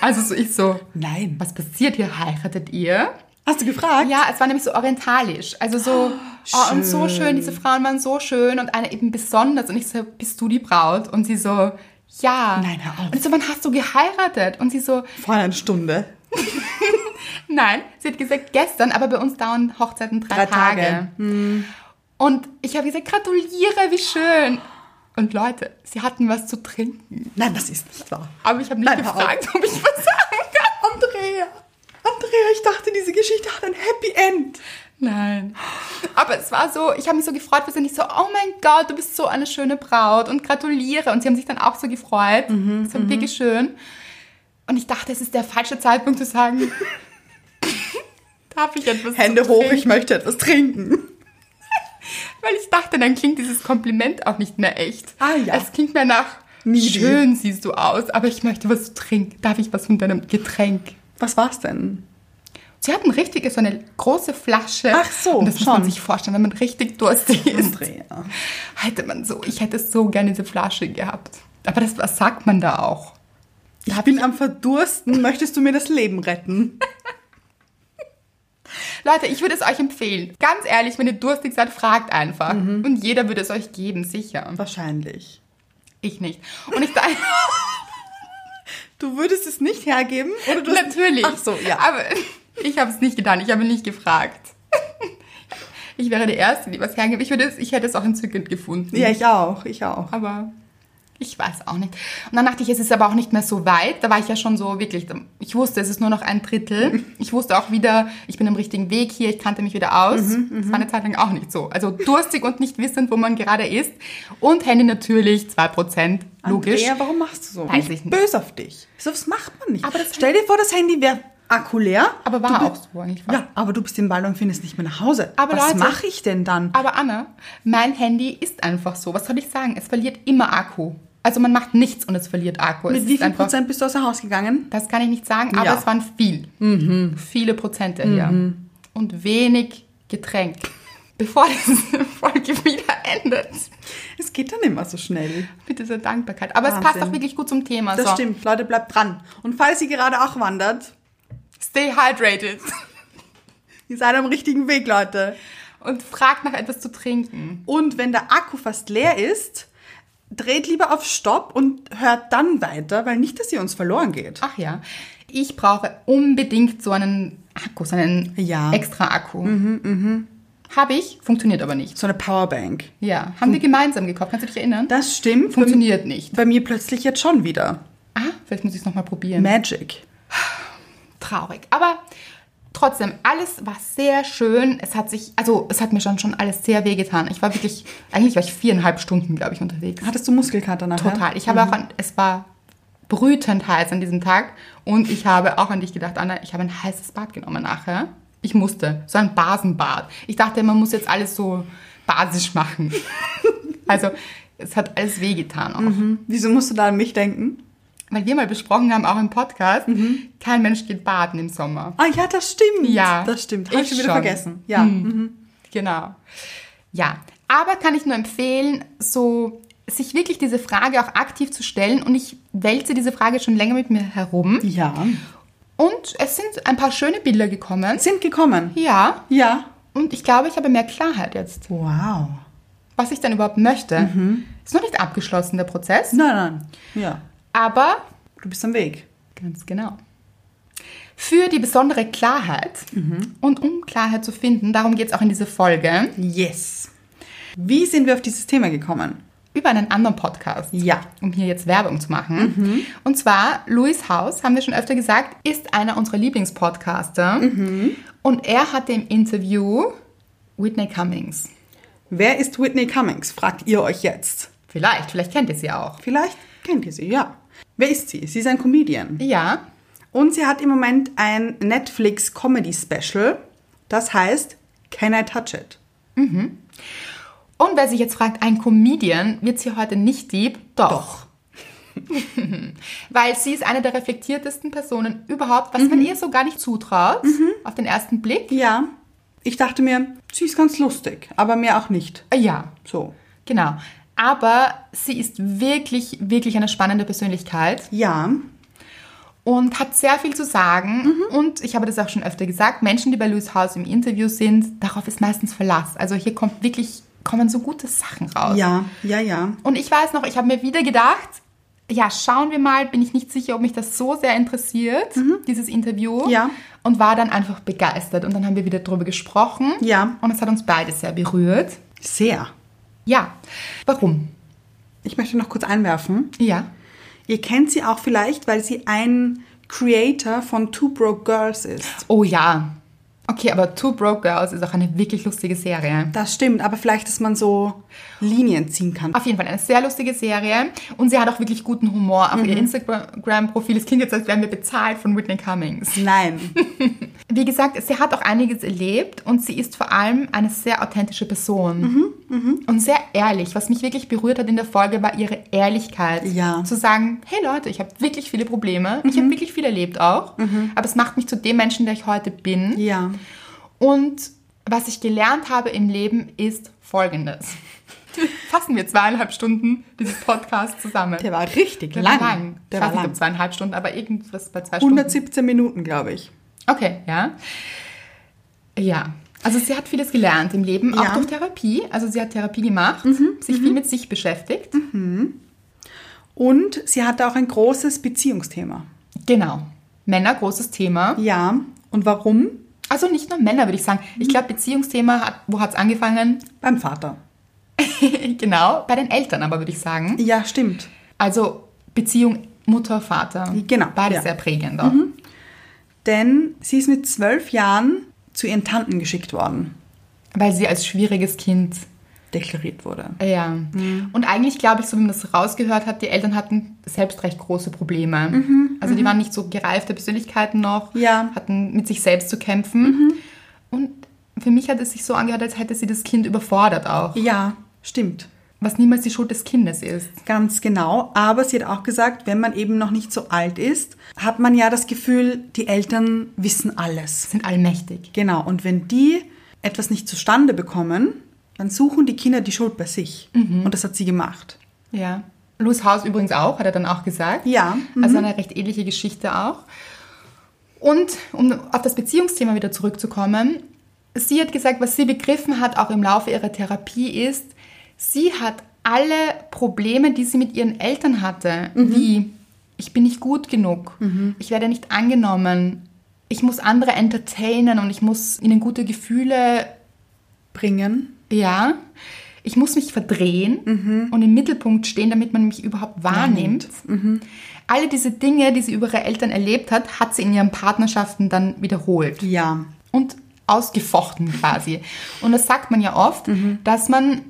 Speaker 1: Also so ich so,
Speaker 2: Nein.
Speaker 1: was passiert hier, heiratet ihr?
Speaker 2: Hast du gefragt?
Speaker 1: Ja, es war nämlich so orientalisch. Also so, oh, und so schön, diese Frauen waren so schön und eine eben besonders. Und ich so, bist du die Braut? Und sie so, ja.
Speaker 2: Nein, hör auf.
Speaker 1: Und ich so, wann hast du geheiratet? Und sie so,
Speaker 2: Vor einer Stunde.
Speaker 1: nein, sie hat gesagt, gestern, aber bei uns dauern Hochzeiten drei,
Speaker 2: Drei
Speaker 1: Tage.
Speaker 2: Tage. Hm.
Speaker 1: Und ich habe gesagt, gratuliere, wie schön. Und Leute, sie hatten was zu trinken.
Speaker 2: Nein, das ist nicht wahr.
Speaker 1: Aber ich habe nicht
Speaker 2: Nein, hör auf.
Speaker 1: gefragt, ob ich was sagen kann.
Speaker 2: Andrea, Andrea, ich dachte, diese Geschichte hat ein Happy End.
Speaker 1: Nein. Aber es war so, ich habe mich so gefreut, wir sind nicht so, oh mein Gott, du bist so eine schöne Braut und gratuliere. Und sie haben sich dann auch so gefreut.
Speaker 2: Mhm,
Speaker 1: das war wirklich schön. Und ich dachte, es ist der falsche Zeitpunkt zu sagen, darf ich etwas zu
Speaker 2: Hände hoch,
Speaker 1: trinken?
Speaker 2: ich möchte etwas trinken.
Speaker 1: Weil ich dachte, dann klingt dieses Kompliment auch nicht mehr echt.
Speaker 2: Ah, ja.
Speaker 1: Es klingt mehr nach,
Speaker 2: Needy.
Speaker 1: schön siehst du aus, aber ich möchte was zu trinken. Darf ich was von deinem Getränk?
Speaker 2: Was war's denn?
Speaker 1: Sie hatten richtig so eine große Flasche.
Speaker 2: Ach so,
Speaker 1: Und das muss man
Speaker 2: schon.
Speaker 1: sich vorstellen, wenn man richtig durstig ist.
Speaker 2: Andrea.
Speaker 1: Hätte man so, ich hätte so gerne diese Flasche gehabt. Aber das, was sagt man da auch?
Speaker 2: Ich bin am Verdursten. Möchtest du mir das Leben retten?
Speaker 1: Leute, ich würde es euch empfehlen. Ganz ehrlich, wenn ihr durstig seid, fragt einfach.
Speaker 2: Mhm.
Speaker 1: Und jeder würde es euch geben, sicher.
Speaker 2: Wahrscheinlich.
Speaker 1: Ich nicht. Und ich dachte,
Speaker 2: Du würdest es nicht hergeben? Oder du hast-
Speaker 1: natürlich.
Speaker 2: Ach so, ja.
Speaker 1: Aber ich habe es nicht getan, ich habe nicht gefragt. Ich wäre die Erste, die was hergibt. Ich, würde es, ich hätte es auch entzückend gefunden.
Speaker 2: Ja, ich auch, ich auch.
Speaker 1: Aber ich weiß auch nicht. Und dann dachte ich, es ist aber auch nicht mehr so weit. Da war ich ja schon so wirklich, ich wusste, es ist nur noch ein Drittel. Ich wusste auch wieder, ich bin am richtigen Weg hier, ich kannte mich wieder aus.
Speaker 2: Mhm,
Speaker 1: das war eine Zeit lang auch nicht so. Also durstig und nicht wissend, wo man gerade ist. Und Handy natürlich 2%, logisch.
Speaker 2: Andrea, warum machst du so?
Speaker 1: Weiß
Speaker 2: Bin
Speaker 1: ich nicht.
Speaker 2: Böse auf dich. So was macht man nicht.
Speaker 1: Aber das-
Speaker 2: Stell dir vor, das Handy wäre Akku leer.
Speaker 1: Aber war
Speaker 2: du
Speaker 1: auch
Speaker 2: bist-
Speaker 1: so eigentlich.
Speaker 2: Ja, aber du bist im Wald und findest nicht mehr nach Hause.
Speaker 1: Aber
Speaker 2: was
Speaker 1: Leute-
Speaker 2: mache ich denn dann?
Speaker 1: Aber Anna, mein Handy ist einfach so. Was soll ich sagen? Es verliert immer Akku. Also man macht nichts und es verliert Akku. es
Speaker 2: Mit wie
Speaker 1: ist
Speaker 2: viel
Speaker 1: einfach-
Speaker 2: Prozent bist du außer Haus gegangen?
Speaker 1: Das kann ich nicht sagen, aber
Speaker 2: Ja. Mhm.
Speaker 1: es waren viel. Viele Prozente hier. Und wenig Getränk. Bevor diese Folge wieder endet.
Speaker 2: Es geht dann immer so schnell.
Speaker 1: Mit dieser Dankbarkeit. Aber es
Speaker 2: Wahnsinn.
Speaker 1: passt auch wirklich gut zum Thema.
Speaker 2: Das
Speaker 1: so.
Speaker 2: stimmt. Leute, bleibt dran. Und falls ihr gerade auch wandert,
Speaker 1: Stay hydrated.
Speaker 2: ihr seid am richtigen Weg, Leute.
Speaker 1: Und fragt nach etwas zu trinken.
Speaker 2: Und wenn der Akku fast leer ist, dreht lieber auf Stopp und hört dann weiter, weil nicht, dass ihr uns verloren geht.
Speaker 1: Ach ja. Ich brauche unbedingt so einen Akku, so einen
Speaker 2: Ja. Mhm,
Speaker 1: extra Akku. Habe ich, funktioniert aber nicht.
Speaker 2: So eine Powerbank.
Speaker 1: Ja. Haben wir gemeinsam gekauft, kannst du dich erinnern?
Speaker 2: Das stimmt.
Speaker 1: Funktioniert nicht.
Speaker 2: Bei mir plötzlich jetzt schon wieder.
Speaker 1: Ah, vielleicht muss ich es nochmal probieren.
Speaker 2: Magic.
Speaker 1: traurig. Aber trotzdem, alles war sehr schön. Es hat sich, also es hat mir schon, schon alles sehr wehgetan. Ich war wirklich, eigentlich war ich viereinhalb Stunden, glaube ich, unterwegs.
Speaker 2: Hattest du Muskelkater nachher?
Speaker 1: Total. Ich habe auch an, es war brütend heiß an diesem Tag. Und ich habe auch an dich gedacht, Anna, ich habe ein heißes Bad genommen nachher. Ich musste. So ein Basenbad. Ich dachte, man muss jetzt alles so basisch machen. also es hat alles wehgetan auch.
Speaker 2: Wieso musst du da an mich denken?
Speaker 1: Weil wir mal besprochen haben, auch im Podcast, kein Mensch geht baden im Sommer.
Speaker 2: Ah ja, das stimmt.
Speaker 1: Ja.
Speaker 2: Das stimmt. Habe ich
Speaker 1: Ich
Speaker 2: schon wieder
Speaker 1: schon.
Speaker 2: vergessen. Ja. Mhm.
Speaker 1: Genau. Ja, aber kann ich nur empfehlen, so sich wirklich diese Frage auch aktiv zu stellen und ich wälze diese Frage schon länger mit mir herum
Speaker 2: Ja.
Speaker 1: und es sind ein paar schöne Bilder gekommen.
Speaker 2: Sind gekommen.
Speaker 1: Ja,
Speaker 2: Ja.
Speaker 1: und ich glaube, ich habe mehr Klarheit jetzt,
Speaker 2: Wow.
Speaker 1: was ich dann überhaupt möchte. Ist noch nicht abgeschlossen, der Prozess,
Speaker 2: Nein, nein. Ja.
Speaker 1: aber
Speaker 2: Du bist am Weg.
Speaker 1: Ganz genau. Für die besondere Klarheit und um Klarheit zu finden, darum geht es auch in dieser Folge,
Speaker 2: Yes. Wie sind wir auf dieses Thema gekommen?
Speaker 1: über einen anderen Podcast.
Speaker 2: Ja.
Speaker 1: Um hier jetzt Werbung zu machen. Und zwar, Louis Haus, haben wir schon öfter gesagt, ist einer unserer Lieblingspodcaster. Und er hatte im Interview Whitney Cummings.
Speaker 2: Wer ist Whitney Cummings? Fragt ihr euch jetzt.
Speaker 1: Vielleicht, vielleicht kennt ihr sie auch.
Speaker 2: Vielleicht kennt ihr sie, ja. Wer ist sie? Sie ist ein Comedian.
Speaker 1: Ja,
Speaker 2: Und sie hat im Moment ein Netflix Comedy Special. Das heißt Can I Touch It?
Speaker 1: Und wer sich jetzt fragt, ein Comedian wird's hier heute nicht deep? Doch. Weil sie ist eine der reflektiertesten Personen überhaupt, was man ihr so gar nicht zutraut, auf den ersten Blick.
Speaker 2: Ja. Ich dachte mir, sie ist ganz lustig, aber mehr auch nicht.
Speaker 1: Äh, Ja,
Speaker 2: So.
Speaker 1: genau. Aber sie ist wirklich, wirklich eine spannende Persönlichkeit
Speaker 2: Ja.
Speaker 1: und hat sehr viel zu sagen.
Speaker 2: Mhm.
Speaker 1: Und ich habe das auch schon öfter gesagt, Menschen, die bei Louis House im Interview sind, darauf ist meistens Verlass. Also hier kommt wirklich, kommen so gute Sachen raus.
Speaker 2: Ja, ja, ja.
Speaker 1: Und ich weiß noch, ich habe mir wieder gedacht, ja, schauen wir mal, bin ich nicht sicher, ob mich das so sehr interessiert, dieses Interview.
Speaker 2: Mhm. Ja.
Speaker 1: Und war dann einfach begeistert. Und dann haben wir wieder drüber gesprochen.
Speaker 2: Ja.
Speaker 1: Und es hat uns beide sehr berührt.
Speaker 2: Sehr.
Speaker 1: Ja. Warum?
Speaker 2: Ich möchte noch kurz einwerfen.
Speaker 1: Ja.
Speaker 2: Ihr kennt sie auch vielleicht, weil sie ein Creator von Two Broke Girls ist.
Speaker 1: Oh ja. Okay, aber Two Broke Girls ist auch eine wirklich lustige Serie.
Speaker 2: Das stimmt, aber vielleicht, dass man so Linien ziehen kann.
Speaker 1: Auf jeden Fall eine sehr lustige Serie. Und sie hat auch wirklich guten Humor auf
Speaker 2: Mhm.
Speaker 1: ihr Instagram-Profil. Es klingt jetzt, als wären wir bezahlt von Whitney Cummings.
Speaker 2: Nein.
Speaker 1: Wie gesagt, sie hat auch einiges erlebt und sie ist vor allem eine sehr authentische Person.
Speaker 2: Mhm,
Speaker 1: Und sehr ehrlich. Was mich wirklich berührt hat in der Folge, war ihre Ehrlichkeit.
Speaker 2: Ja. Mhm.
Speaker 1: Zu sagen, hey Leute, ich habe wirklich viele Probleme. Ich habe wirklich viel erlebt auch. Aber es macht mich zu dem Menschen, der ich heute bin.
Speaker 2: Ja.
Speaker 1: Und was ich gelernt habe im Leben, ist Folgendes. Fassen wir zweieinhalb Stunden dieses Podcast zusammen.
Speaker 2: Der war richtig
Speaker 1: Der
Speaker 2: lang.
Speaker 1: war lang.
Speaker 2: Der
Speaker 1: ich
Speaker 2: war
Speaker 1: weiß nicht,
Speaker 2: lang.
Speaker 1: ob zweieinhalb Stunden, aber irgendwas bei zwei Stunden.
Speaker 2: 117 Minuten, glaube ich.
Speaker 1: Okay, ja. Ja. Also sie hat vieles gelernt im Leben,
Speaker 2: Ja. Mhm,
Speaker 1: auch durch Therapie. Also sie hat Therapie gemacht, sich viel mit sich beschäftigt.
Speaker 2: Und sie hatte auch ein großes Beziehungsthema.
Speaker 1: Genau. Männer, großes Thema.
Speaker 2: Ja. Und warum?
Speaker 1: Also nicht nur Männer, würde ich sagen.
Speaker 2: Mhm.
Speaker 1: Ich glaube, Beziehungsthema, hat, wo hat es angefangen?
Speaker 2: Beim Vater.
Speaker 1: genau, bei den Eltern aber, würde ich sagen.
Speaker 2: Ja, stimmt.
Speaker 1: Also Beziehung Mutter, Vater.
Speaker 2: Genau,
Speaker 1: Beides
Speaker 2: ja. Mhm.
Speaker 1: sehr prägend auch.
Speaker 2: Denn sie ist mit zwölf Jahren zu ihren Tanten geschickt worden.
Speaker 1: Weil sie als schwieriges Kind äh,
Speaker 2: Deklariert wurde.
Speaker 1: Ja.
Speaker 2: Mhm.
Speaker 1: Und eigentlich glaube ich, so wie man das rausgehört hat, die Eltern hatten selbst recht große Probleme. Also die waren nicht so gereifte Persönlichkeiten noch,
Speaker 2: Mhm, Ja. Mhm.
Speaker 1: hatten mit sich selbst zu kämpfen. Und für mich hat es sich so angehört, als hätte sie das Kind überfordert auch.
Speaker 2: Ja, stimmt.
Speaker 1: Was niemals die Schuld des Kindes ist.
Speaker 2: Ganz genau. Aber sie hat auch gesagt, wenn man eben noch nicht so alt ist, hat man ja das Gefühl, die Eltern wissen alles.
Speaker 1: Sind allmächtig.
Speaker 2: Genau. Und wenn die etwas nicht zustande bekommen, dann suchen die Kinder die Schuld bei sich. Und das hat sie gemacht.
Speaker 1: Ja. Louis Haus übrigens auch, hat er dann auch gesagt.
Speaker 2: Ja,
Speaker 1: Also eine recht ähnliche Geschichte auch. Und um auf das Beziehungsthema wieder zurückzukommen, sie hat gesagt, was sie begriffen hat, auch im Laufe ihrer Therapie, ist, sie hat alle Probleme, die sie mit ihren Eltern hatte, wie ich bin nicht gut genug, ich werde nicht angenommen, ich muss andere entertainen und ich muss ihnen gute Gefühle
Speaker 2: Bringen.
Speaker 1: ja, ich muss mich verdrehen und im Mittelpunkt stehen, damit man mich überhaupt wahrnimmt. Alle diese Dinge, die sie über ihre Eltern erlebt hat, hat sie in ihren Partnerschaften dann wiederholt
Speaker 2: Ja.
Speaker 1: und ausgefochten quasi. Und das sagt man ja oft, dass man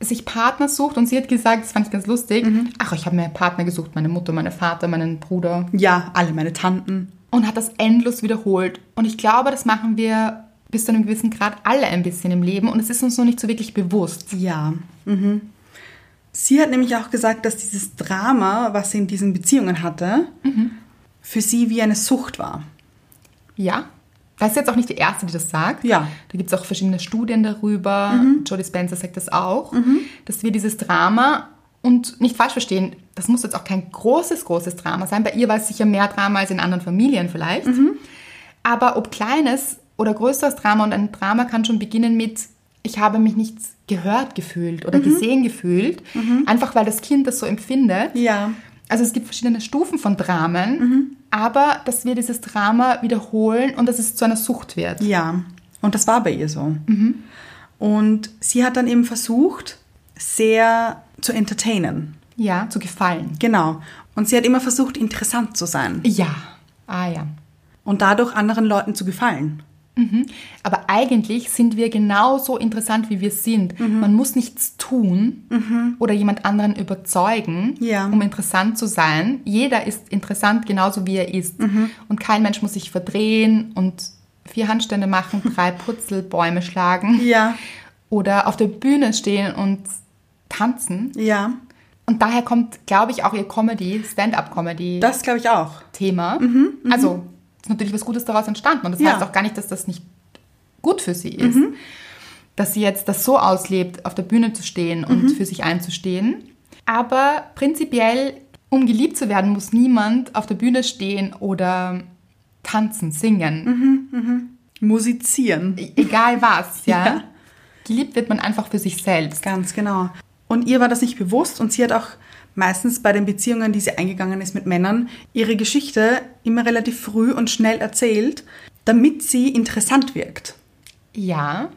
Speaker 1: sich Partner sucht und sie hat gesagt, das fand ich ganz lustig, ach, ich habe mir einen Partner gesucht, meine Mutter, meinen Vater, meinen Bruder
Speaker 2: Ja, alle meine Tanten.
Speaker 1: und hat das endlos wiederholt. Und ich glaube, das machen wir bis zu einem gewissen Grad alle ein bisschen im Leben und es ist uns noch nicht so wirklich bewusst.
Speaker 2: Ja. Mhm. Sie hat nämlich auch gesagt, dass dieses Drama, was sie in diesen Beziehungen hatte, für sie wie eine Sucht war.
Speaker 1: Ja. Das ist jetzt auch nicht die erste, die das sagt.
Speaker 2: Ja.
Speaker 1: Da gibt es auch verschiedene Studien darüber. Jodie Spencer sagt das auch, dass wir dieses Drama und nicht falsch verstehen, das muss jetzt auch kein großes, großes Drama sein. Bei ihr war es sicher mehr Drama als in anderen Familien vielleicht. Aber ob kleines oder größeres Drama und ein Drama kann schon beginnen mit, ich habe mich nicht gehört gefühlt oder gesehen gefühlt, einfach weil das Kind das so empfindet.
Speaker 2: Ja.
Speaker 1: Also es gibt verschiedene Stufen von Dramen,
Speaker 2: Mhm.
Speaker 1: aber dass wir dieses Drama wiederholen und dass es zu einer Sucht wird.
Speaker 2: Ja, und das war bei ihr so. Und sie hat dann eben versucht, sehr zu entertainen.
Speaker 1: Ja, zu gefallen.
Speaker 2: Genau. Und sie hat immer versucht, interessant zu sein
Speaker 1: Ja. Ah ja.
Speaker 2: und dadurch anderen Leuten zu gefallen.
Speaker 1: Aber eigentlich sind wir genauso interessant, wie wir sind.
Speaker 2: Mhm.
Speaker 1: Man muss nichts tun oder jemand anderen überzeugen,
Speaker 2: Ja.
Speaker 1: um interessant zu sein. Jeder ist interessant, genauso wie er ist.
Speaker 2: Mhm.
Speaker 1: Und kein Mensch muss sich verdrehen und vier Handstände machen, drei Purzelbäume schlagen
Speaker 2: Ja.
Speaker 1: oder auf der Bühne stehen und tanzen.
Speaker 2: Ja,
Speaker 1: Und daher kommt, glaube ich, auch ihr Comedy, Stand-up-Comedy-Thema.
Speaker 2: das glaube ich auch.
Speaker 1: Also ist natürlich was Gutes daraus entstanden. Und das
Speaker 2: Mhm, Ja. Mhm.
Speaker 1: heißt auch gar nicht, dass das nicht gut für sie ist. Dass sie jetzt das so auslebt, auf der Bühne zu stehen
Speaker 2: Mhm.
Speaker 1: und für sich einzustehen. Aber prinzipiell, um geliebt zu werden, muss niemand auf der Bühne stehen oder tanzen, singen.
Speaker 2: Mhm. Musizieren.
Speaker 1: E- Egal was, ja?
Speaker 2: Ja.
Speaker 1: Geliebt wird man einfach für sich selbst.
Speaker 2: Ganz genau. Und ihr war das nicht bewusst und sie hat auch meistens bei den Beziehungen, die sie eingegangen ist mit Männern, ihre Geschichte immer relativ früh und schnell erzählt, damit sie interessant wirkt.
Speaker 1: Ja.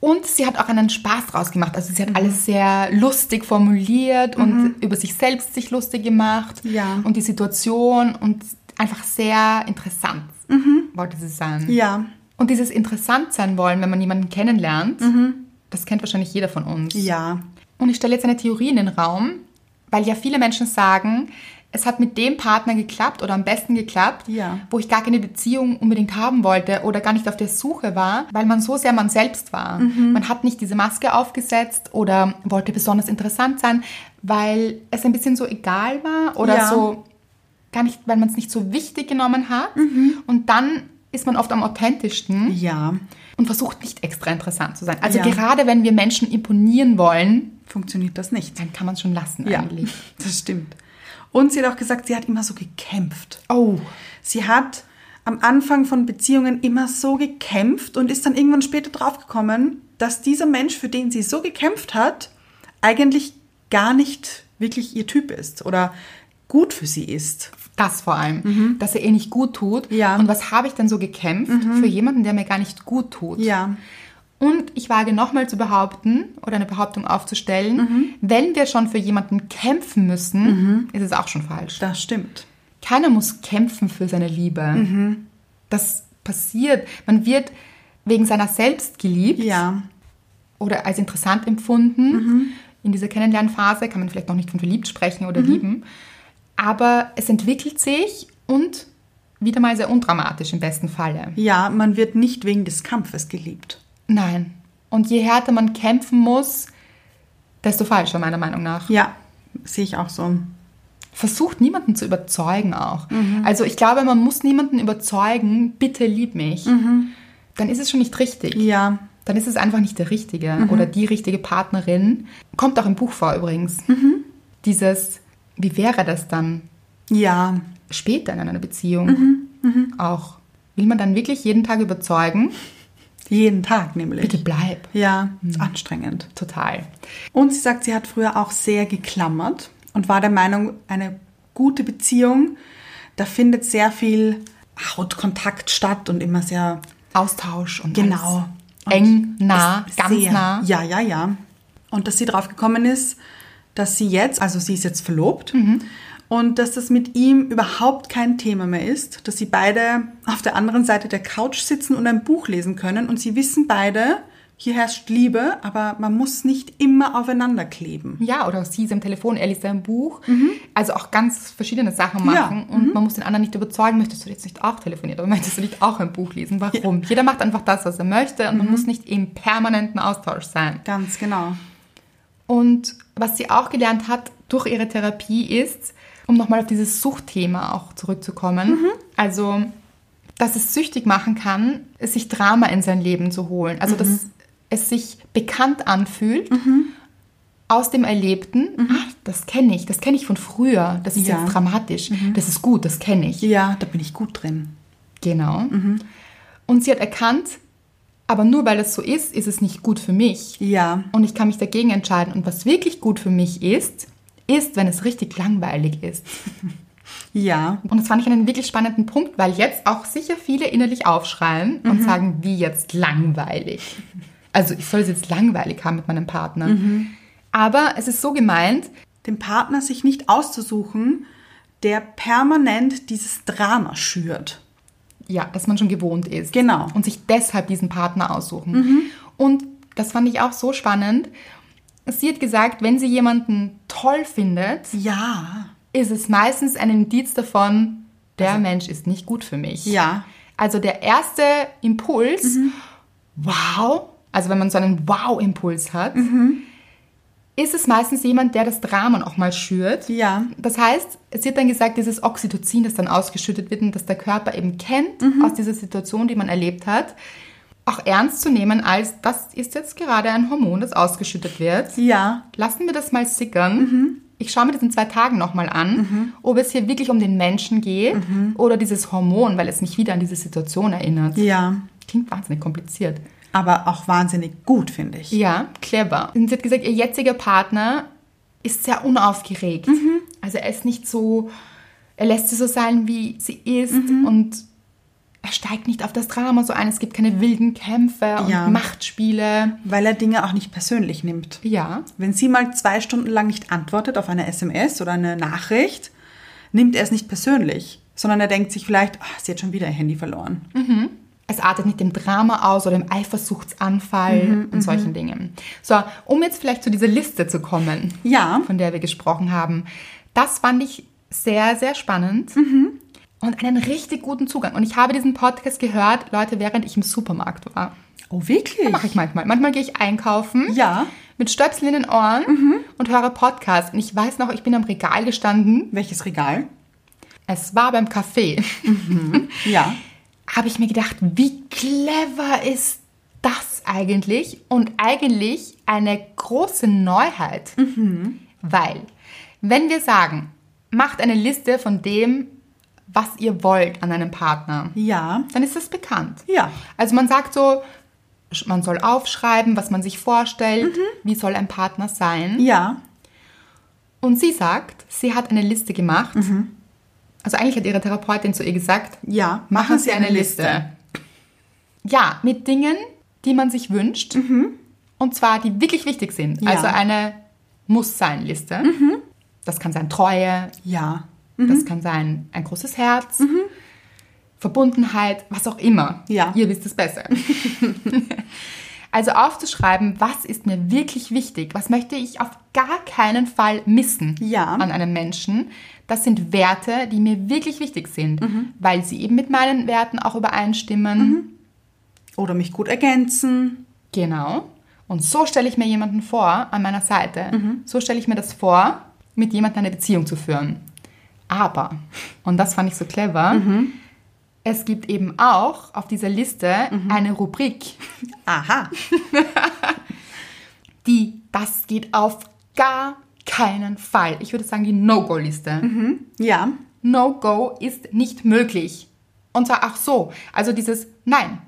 Speaker 1: Und sie hat auch einen Spaß draus gemacht. Also
Speaker 2: Mhm.
Speaker 1: sie hat alles sehr lustig formuliert und über sich selbst sich lustig gemacht.
Speaker 2: Ja.
Speaker 1: Und die Situation und einfach sehr interessant wollte sie sein.
Speaker 2: Mhm. Ja,
Speaker 1: Und dieses interessant sein wollen, wenn man jemanden kennenlernt,
Speaker 2: Mhm.
Speaker 1: das kennt wahrscheinlich jeder von uns.
Speaker 2: ja,
Speaker 1: Und ich stelle jetzt eine Theorie in den Raum, weil ja viele Menschen sagen, es hat mit dem Partner geklappt oder am besten geklappt,
Speaker 2: Ja.
Speaker 1: wo ich gar keine Beziehung unbedingt haben wollte oder gar nicht auf der Suche war, weil man so sehr man selbst war.
Speaker 2: Mhm.
Speaker 1: Man hat nicht diese Maske aufgesetzt oder wollte besonders interessant sein, weil es ein bisschen so egal war oder
Speaker 2: Ja.
Speaker 1: so gar nicht, weil man es nicht so wichtig genommen hat. Und dann ist man oft am authentischsten
Speaker 2: Mhm. ja.
Speaker 1: und versucht nicht extra interessant zu sein. Also
Speaker 2: Ja.
Speaker 1: gerade wenn wir Menschen imponieren wollen,
Speaker 2: Funktioniert das nicht.
Speaker 1: dann kann man es schon lassen
Speaker 2: Ja,
Speaker 1: eigentlich.
Speaker 2: das stimmt. Und sie hat auch gesagt, sie hat immer so gekämpft.
Speaker 1: Oh.
Speaker 2: Sie hat am Anfang von Beziehungen immer so gekämpft und ist dann irgendwann später draufgekommen, dass dieser Mensch, für den sie so gekämpft hat, eigentlich gar nicht wirklich ihr Typ ist oder gut für sie ist.
Speaker 1: Das vor allem, dass er ihr nicht gut tut.
Speaker 2: Mhm. Ja. Mhm.
Speaker 1: Und was habe ich denn so gekämpft für jemanden, der mir gar nicht gut tut?
Speaker 2: Ja,
Speaker 1: Und ich wage nochmal zu behaupten oder eine Behauptung aufzustellen,
Speaker 2: Mhm.
Speaker 1: wenn wir schon für jemanden kämpfen müssen, ist es auch schon falsch.
Speaker 2: das stimmt.
Speaker 1: Keiner muss kämpfen für seine Liebe.
Speaker 2: Mhm.
Speaker 1: Das passiert. Man wird wegen seiner selbst geliebt.
Speaker 2: Ja,
Speaker 1: oder als interessant empfunden. In dieser Kennenlernphase kann man vielleicht noch nicht von verliebt sprechen oder lieben. Aber es entwickelt sich und wieder mal sehr undramatisch im besten Falle.
Speaker 2: ja, man wird nicht wegen des Kampfes geliebt.
Speaker 1: Nein. Und je härter man kämpfen muss, desto falscher, meiner Meinung nach.
Speaker 2: Ja, sehe ich auch so.
Speaker 1: Versucht niemanden zu überzeugen auch. Also ich glaube, man muss niemanden überzeugen, bitte lieb mich. Dann ist es schon nicht richtig.
Speaker 2: Ja,
Speaker 1: Dann ist es einfach nicht der Richtige
Speaker 2: Mhm.
Speaker 1: oder die richtige Partnerin. Kommt auch im Buch vor übrigens.
Speaker 2: Mhm.
Speaker 1: Dieses, wie wäre das dann
Speaker 2: ja,
Speaker 1: später in einer Beziehung?
Speaker 2: Mhm.
Speaker 1: Auch. Will man dann wirklich jeden Tag überzeugen?
Speaker 2: jeden Tag nämlich.
Speaker 1: Bitte bleib.
Speaker 2: Ja, ist anstrengend.
Speaker 1: Total.
Speaker 2: Und sie sagt, sie hat früher auch sehr geklammert und war der Meinung, eine gute Beziehung, da findet sehr viel Hautkontakt statt und immer sehr
Speaker 1: Austausch und
Speaker 2: Genau.
Speaker 1: alles. eng, nah,
Speaker 2: Ist
Speaker 1: ganz nah.
Speaker 2: Ja, ja, ja. Und dass sie drauf gekommen ist, dass sie jetzt, also sie ist jetzt verlobt
Speaker 1: Mhm.
Speaker 2: und dass das mit ihm überhaupt kein Thema mehr ist, dass sie beide auf der anderen Seite der Couch sitzen und ein Buch lesen können und sie wissen beide, hier herrscht Liebe, aber man muss nicht immer aufeinander kleben.
Speaker 1: Ja, oder sie ist am Telefon, er liest ein Buch. Also auch ganz verschiedene Sachen machen. Und man muss den anderen nicht überzeugen, möchtest du jetzt nicht auch telefonieren oder möchtest du nicht auch ein Buch lesen? Warum? Jeder macht einfach das, was er möchte und man muss nicht im permanenten Austausch sein.
Speaker 2: Ganz genau.
Speaker 1: Und was sie auch gelernt hat durch ihre Therapie ist, um nochmal auf dieses Suchtthema auch zurückzukommen, also dass es süchtig machen kann, es sich Drama in sein Leben zu holen. Also dass es sich bekannt anfühlt aus dem Erlebten. Ah, das kenne ich, das kenne ich von früher. Das ist
Speaker 2: Ja.
Speaker 1: jetzt dramatisch. Das ist gut, das kenne ich.
Speaker 2: Ja, da bin ich gut drin.
Speaker 1: Genau. Und sie hat erkannt, aber nur weil es so ist, ist es nicht gut für mich.
Speaker 2: Ja.
Speaker 1: Und ich kann mich dagegen entscheiden. Und was wirklich gut für mich ist, ist, wenn es richtig langweilig ist.
Speaker 2: Ja.
Speaker 1: Und das fand ich einen wirklich spannenden Punkt, weil jetzt auch sicher viele innerlich aufschreien und sagen, wie jetzt langweilig. Also ich soll es jetzt langweilig haben mit meinem Partner. Aber es ist so gemeint,
Speaker 2: Dem Partner sich nicht auszusuchen, der permanent dieses Drama schürt.
Speaker 1: ja, dass man schon gewohnt ist.
Speaker 2: Genau. Mhm.
Speaker 1: Und sich deshalb diesen Partner aussuchen. Und das fand ich auch so spannend. Sie hat gesagt, wenn sie jemanden toll findet,
Speaker 2: Ja.
Speaker 1: ist es meistens ein Indiz davon, der Mensch ist nicht gut für mich.
Speaker 2: Also Ja. Mhm.
Speaker 1: Also der erste Impuls, wow, also wenn man so einen Wow-Impuls hat,
Speaker 2: Mhm.
Speaker 1: ist es meistens jemand, der das Drama auch mal schürt.
Speaker 2: Ja.
Speaker 1: Das heißt, es wird dann gesagt, dieses Oxytocin, das dann ausgeschüttet wird und das der Körper eben kennt
Speaker 2: Mhm.
Speaker 1: aus dieser Situation, die man erlebt hat, auch ernst zu nehmen als, das ist jetzt gerade ein Hormon, das ausgeschüttet wird.
Speaker 2: Ja.
Speaker 1: Lassen wir das mal sickern.
Speaker 2: Mhm.
Speaker 1: Ich schaue mir das in zwei Tagen nochmal an, ob es hier wirklich um den Menschen geht oder dieses Hormon, weil es mich wieder an diese Situation erinnert.
Speaker 2: Mhm. Ja.
Speaker 1: Klingt wahnsinnig kompliziert.
Speaker 2: Aber auch wahnsinnig gut, finde ich.
Speaker 1: Ja, clever. Und sie hat gesagt, ihr jetziger Partner ist sehr unaufgeregt.
Speaker 2: Mhm.
Speaker 1: Also er ist nicht so, er lässt sie so sein, wie sie ist
Speaker 2: Mhm.
Speaker 1: und er steigt nicht auf das Drama so ein. Es gibt keine wilden Kämpfe und
Speaker 2: Ja.
Speaker 1: Machtspiele.
Speaker 2: Weil er Dinge auch nicht persönlich nimmt.
Speaker 1: Ja,
Speaker 2: Wenn sie mal zwei Stunden lang nicht antwortet auf eine SMS oder eine Nachricht, nimmt er es nicht persönlich, sondern er denkt sich vielleicht, "Ah, sie hat schon wieder ihr Handy verloren.
Speaker 1: es artet nicht im Drama aus oder im Eifersuchtsanfall
Speaker 2: Mhm,
Speaker 1: und solchen Dingen. So, um jetzt vielleicht zu dieser Liste zu kommen,
Speaker 2: Ja.
Speaker 1: Mhm. von der wir gesprochen haben, das fand ich sehr, sehr spannend.
Speaker 2: Mhm.
Speaker 1: Und einen richtig guten Zugang. Und ich habe diesen Podcast gehört, Leute, während ich im Supermarkt war.
Speaker 2: Oh, wirklich?
Speaker 1: Mache ich manchmal. Manchmal gehe ich einkaufen.
Speaker 2: Ja. Mhm.
Speaker 1: Mit Stöpsel in den Ohren und höre Podcasts. Und ich weiß noch, ich bin am Regal gestanden.
Speaker 2: Welches Regal?
Speaker 1: Es war beim Café.
Speaker 2: Ja.
Speaker 1: habe ich mir gedacht, wie clever ist das eigentlich? Und eigentlich eine große Neuheit. Weil, wenn wir sagen, macht eine Liste von dem, was ihr wollt an einem Partner,
Speaker 2: Ja.
Speaker 1: dann ist das bekannt.
Speaker 2: Ja.
Speaker 1: Also man sagt so, man soll aufschreiben, was man sich vorstellt, wie soll ein Partner sein.
Speaker 2: Ja.
Speaker 1: Und sie sagt, sie hat eine Liste gemacht. Also eigentlich hat ihre Therapeutin zu ihr gesagt,
Speaker 2: Ja.
Speaker 1: Machen Sie eine Liste. Ja, mit Dingen, die man sich wünscht. Und zwar, die wirklich wichtig sind.
Speaker 2: Ja.
Speaker 1: Also eine Muss-Sein-Liste. Das kann sein Treue,
Speaker 2: Ja. Mhm.
Speaker 1: das kann sein ein großes Herz, Verbundenheit, was auch immer.
Speaker 2: Ja.
Speaker 1: Ihr wisst es besser. also aufzuschreiben, was ist mir wirklich wichtig, was möchte ich auf gar keinen Fall missen
Speaker 2: Ja.
Speaker 1: an einem Menschen. Das sind Werte, die mir wirklich wichtig sind,
Speaker 2: Mhm.
Speaker 1: weil sie eben mit meinen Werten auch übereinstimmen.
Speaker 2: Oder mich gut ergänzen.
Speaker 1: Genau. Und so stelle ich mir jemanden vor an meiner Seite. So stelle ich mir das vor, mit jemandem eine Beziehung zu führen. Aber, und das fand ich so clever, es gibt eben auch auf dieser Liste eine Rubrik,
Speaker 2: Aha.
Speaker 1: die das geht auf gar keinen Fall. Ich würde sagen, die No-Go-Liste.
Speaker 2: Ja.
Speaker 1: No-Go ist nicht möglich. Und zwar auch so. Also dieses Nein,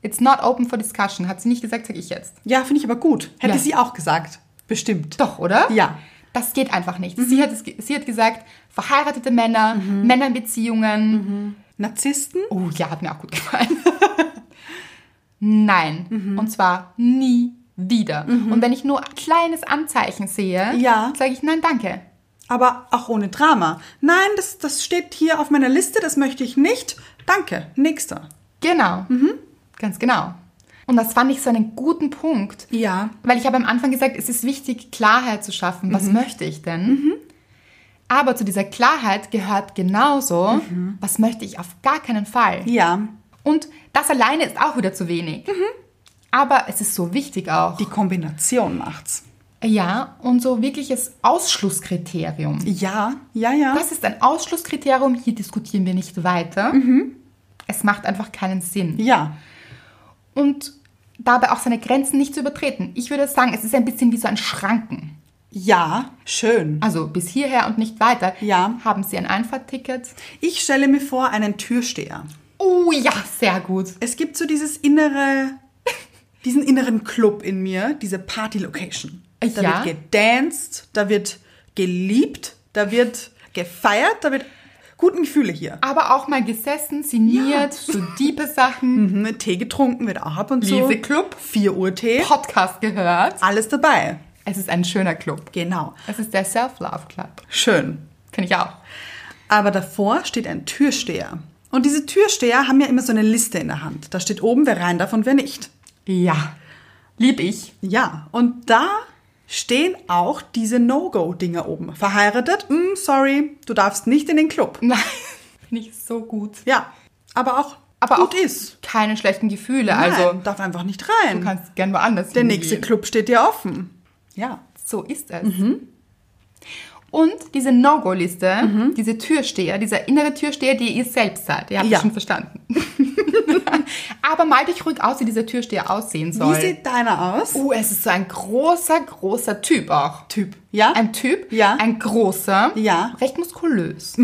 Speaker 1: it's not open for discussion, hat sie nicht gesagt, sag ich jetzt.
Speaker 2: Ja, finde ich aber gut. Hätte
Speaker 1: Ja.
Speaker 2: sie auch gesagt. Bestimmt.
Speaker 1: Doch, oder?
Speaker 2: Ja. Mhm.
Speaker 1: Das geht einfach nicht. Sie, hat es, ge- sie hat gesagt, verheiratete Männer, Männer in Beziehungen.
Speaker 2: Mhm. Narzissten?
Speaker 1: Oh ja, hat mir auch gut gefallen. Nein.
Speaker 2: Mhm.
Speaker 1: Und zwar nie wieder. Und wenn ich nur ein kleines Anzeichen sehe,
Speaker 2: Ja.
Speaker 1: sage ich nein, danke.
Speaker 2: Aber auch ohne Drama. Nein, das, das steht hier auf meiner Liste, das möchte ich nicht. Danke. Nächster.
Speaker 1: Genau.
Speaker 2: Mhm.
Speaker 1: Ganz genau. Und das fand ich so einen guten Punkt.
Speaker 2: Ja.
Speaker 1: Weil ich habe am Anfang gesagt, es ist wichtig, Klarheit zu schaffen.
Speaker 2: Mhm.
Speaker 1: Was möchte ich denn? Aber zu dieser Klarheit gehört genauso, was möchte ich auf gar keinen Fall.
Speaker 2: Mhm. Ja. Mhm.
Speaker 1: Und das alleine ist auch wieder zu wenig. Aber es ist so wichtig auch.
Speaker 2: Die Kombination macht's.
Speaker 1: Ja, und so wirkliches Ausschlusskriterium.
Speaker 2: Ja, ja, ja.
Speaker 1: Das ist ein Ausschlusskriterium, hier diskutieren wir nicht weiter. Es macht einfach keinen Sinn.
Speaker 2: Mhm. Ja.
Speaker 1: Und dabei auch seine Grenzen nicht zu übertreten. Ich würde sagen, es ist ein bisschen wie so ein Schranken.
Speaker 2: Ja, schön.
Speaker 1: Also bis hierher und nicht weiter.
Speaker 2: Ja.
Speaker 1: Haben Sie ein Einfahrtticket?
Speaker 2: Ich stelle mir vor, einen Türsteher.
Speaker 1: Oh ja, sehr gut.
Speaker 2: Es gibt so dieses innere, diesen inneren Club in mir, diese Party-Location. Da
Speaker 1: Ja.
Speaker 2: wird gedanced, da wird geliebt, da wird gefeiert, da wird guten Gefühle hier.
Speaker 1: Aber auch mal gesessen, sinniert, so tiefe Sachen,
Speaker 2: Mhm, Tee getrunken wird auch ab und zu.
Speaker 1: Leseclub.
Speaker 2: 4 Uhr Tee.
Speaker 1: Podcast gehört.
Speaker 2: Alles dabei.
Speaker 1: Es ist ein schöner Club.
Speaker 2: Genau.
Speaker 1: Es ist der Self-Love Club.
Speaker 2: Schön.
Speaker 1: Finde ich auch.
Speaker 2: Aber davor steht ein Türsteher. Und diese Türsteher haben ja immer so eine Liste in der Hand. Da steht oben, wer rein darf und wer nicht.
Speaker 1: Ja. Lieb ich.
Speaker 2: Ja, und da stehen auch diese No-Go-Dinger oben. Verheiratet, mm, sorry, du darfst nicht in den Club.
Speaker 1: Nein, finde ich so gut.
Speaker 2: Ja, aber auch
Speaker 1: Aber auch
Speaker 2: gut ist.
Speaker 1: Keine schlechten Gefühle,
Speaker 2: Nein,
Speaker 1: also
Speaker 2: darf einfach nicht
Speaker 1: du
Speaker 2: rein.
Speaker 1: kannst gern woanders
Speaker 2: Der nächste
Speaker 1: hingehen.
Speaker 2: Club steht dir offen. Ja.
Speaker 1: So ist es. Und diese No-Go-Liste, diese Türsteher, dieser innere Türsteher, die ihr selbst seid, ihr habt
Speaker 2: Ja.
Speaker 1: das schon verstanden. Aber malt euch ruhig aus, wie dieser Türsteher aussehen
Speaker 2: Wie
Speaker 1: soll.
Speaker 2: sieht deiner aus?
Speaker 1: oh, es ist so ein großer, großer Typ auch.
Speaker 2: Typ. Ja?
Speaker 1: Ein Typ,
Speaker 2: Ja.
Speaker 1: ein großer,
Speaker 2: Ja.
Speaker 1: recht muskulös.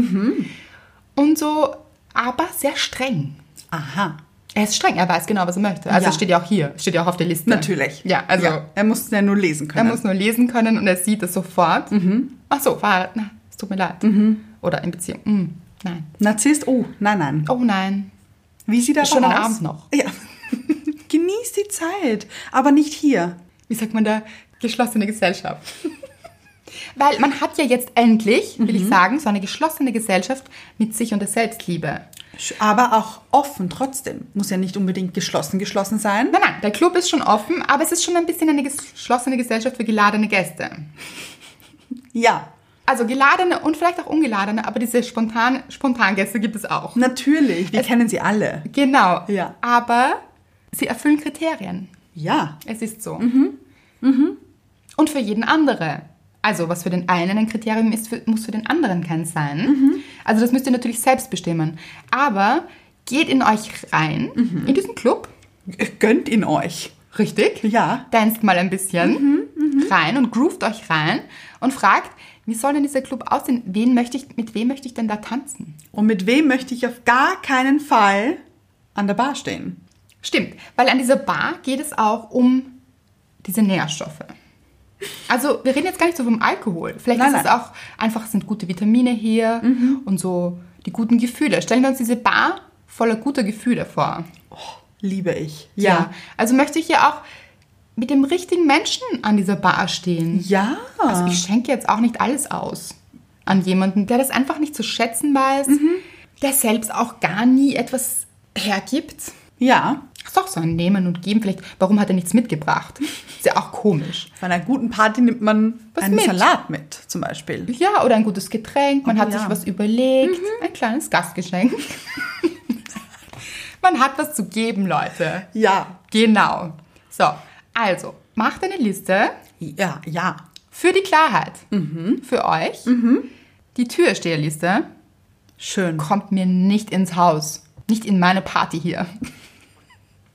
Speaker 1: Und so, aber sehr streng.
Speaker 2: Aha.
Speaker 1: Er ist streng, er weiß genau, was er möchte. Also
Speaker 2: Ja.
Speaker 1: es steht ja auch hier, es steht ja auch auf der
Speaker 2: Ne.
Speaker 1: Liste.
Speaker 2: Natürlich.
Speaker 1: Ja, also
Speaker 2: er muss ja nur lesen
Speaker 1: er
Speaker 2: können.
Speaker 1: muss nur lesen können und er sieht es sofort. Ach so, verheiratet, na, es tut mir leid. Oder in Beziehung, hm, nein.
Speaker 2: Narzisst, oh, nein, nein.
Speaker 1: Oh nein.
Speaker 2: Wie sieht er
Speaker 1: Schönen
Speaker 2: aus?
Speaker 1: Abend noch.
Speaker 2: Ja. Genieß die Zeit, aber nicht hier.
Speaker 1: Wie sagt man da, geschlossene Gesellschaft. Weil man hat ja jetzt endlich, will ich sagen, so eine geschlossene Gesellschaft mit sich und der Selbstliebe.
Speaker 2: Sch- Aber auch offen trotzdem. Muss ja nicht unbedingt geschlossen geschlossen sein.
Speaker 1: Nein, nein, der Club ist schon offen, aber es ist schon ein bisschen eine geschlossene Gesellschaft für geladene Gäste.
Speaker 2: Ja,
Speaker 1: Also geladene und vielleicht auch ungeladene, aber diese spontan, spontan Gäste gibt es auch.
Speaker 2: natürlich. Wir kennen sie alle.
Speaker 1: Genau.
Speaker 2: Mhm. Ja.
Speaker 1: Aber sie erfüllen Kriterien.
Speaker 2: Ja.
Speaker 1: Es ist so. Und für jeden andere. Also was für den einen ein Kriterium ist, für, muss für den anderen keins sein. Also das müsst ihr natürlich selbst bestimmen. Aber geht in euch rein, in diesen Club,
Speaker 2: Gönnt ihn euch.
Speaker 1: Richtig?
Speaker 2: Ja.
Speaker 1: Danst mal ein bisschen rein und groovt euch rein und fragt, wie soll denn dieser Club aussehen? Wen möchte ich, mit wem möchte ich denn da tanzen?
Speaker 2: Und mit wem möchte ich auf gar keinen Fall an der Bar stehen?
Speaker 1: Stimmt, weil an dieser Bar geht es auch um diese Nährstoffe. Also wir reden jetzt gar nicht so vom Alkohol. Vielleicht
Speaker 2: Nein,
Speaker 1: ist es
Speaker 2: nein. Mhm.
Speaker 1: auch einfach, es sind gute Vitamine hier und so die guten Gefühle. Stellen wir uns diese Bar voller guter Gefühle vor.
Speaker 2: Liebe ich.
Speaker 1: Also möchte ich ja auch mit dem richtigen Menschen an dieser Bar stehen.
Speaker 2: Ja.
Speaker 1: Also ich schenke jetzt auch nicht alles aus an jemanden, der das einfach nicht zu schätzen weiß,
Speaker 2: Mhm.
Speaker 1: der selbst auch gar nie etwas hergibt.
Speaker 2: Ja.
Speaker 1: Ist doch so ein Nehmen und Geben. Vielleicht, warum hat er nichts mitgebracht? Ist ja auch komisch.
Speaker 2: Bei einer guten Party nimmt man
Speaker 1: Was
Speaker 2: einen
Speaker 1: mit?
Speaker 2: Salat mit, zum Beispiel.
Speaker 1: Ja, oder ein gutes Getränk, man
Speaker 2: Oh
Speaker 1: hat
Speaker 2: ja.
Speaker 1: sich was überlegt, ein kleines Gastgeschenk. man hat was zu geben, Leute.
Speaker 2: Ja.
Speaker 1: Genau. So, also, Macht eine Liste
Speaker 2: Ja, ja.
Speaker 1: für die Klarheit, für euch. Die Türsteherliste
Speaker 2: Schön.
Speaker 1: kommt mir nicht ins Haus, nicht in meine Party hier.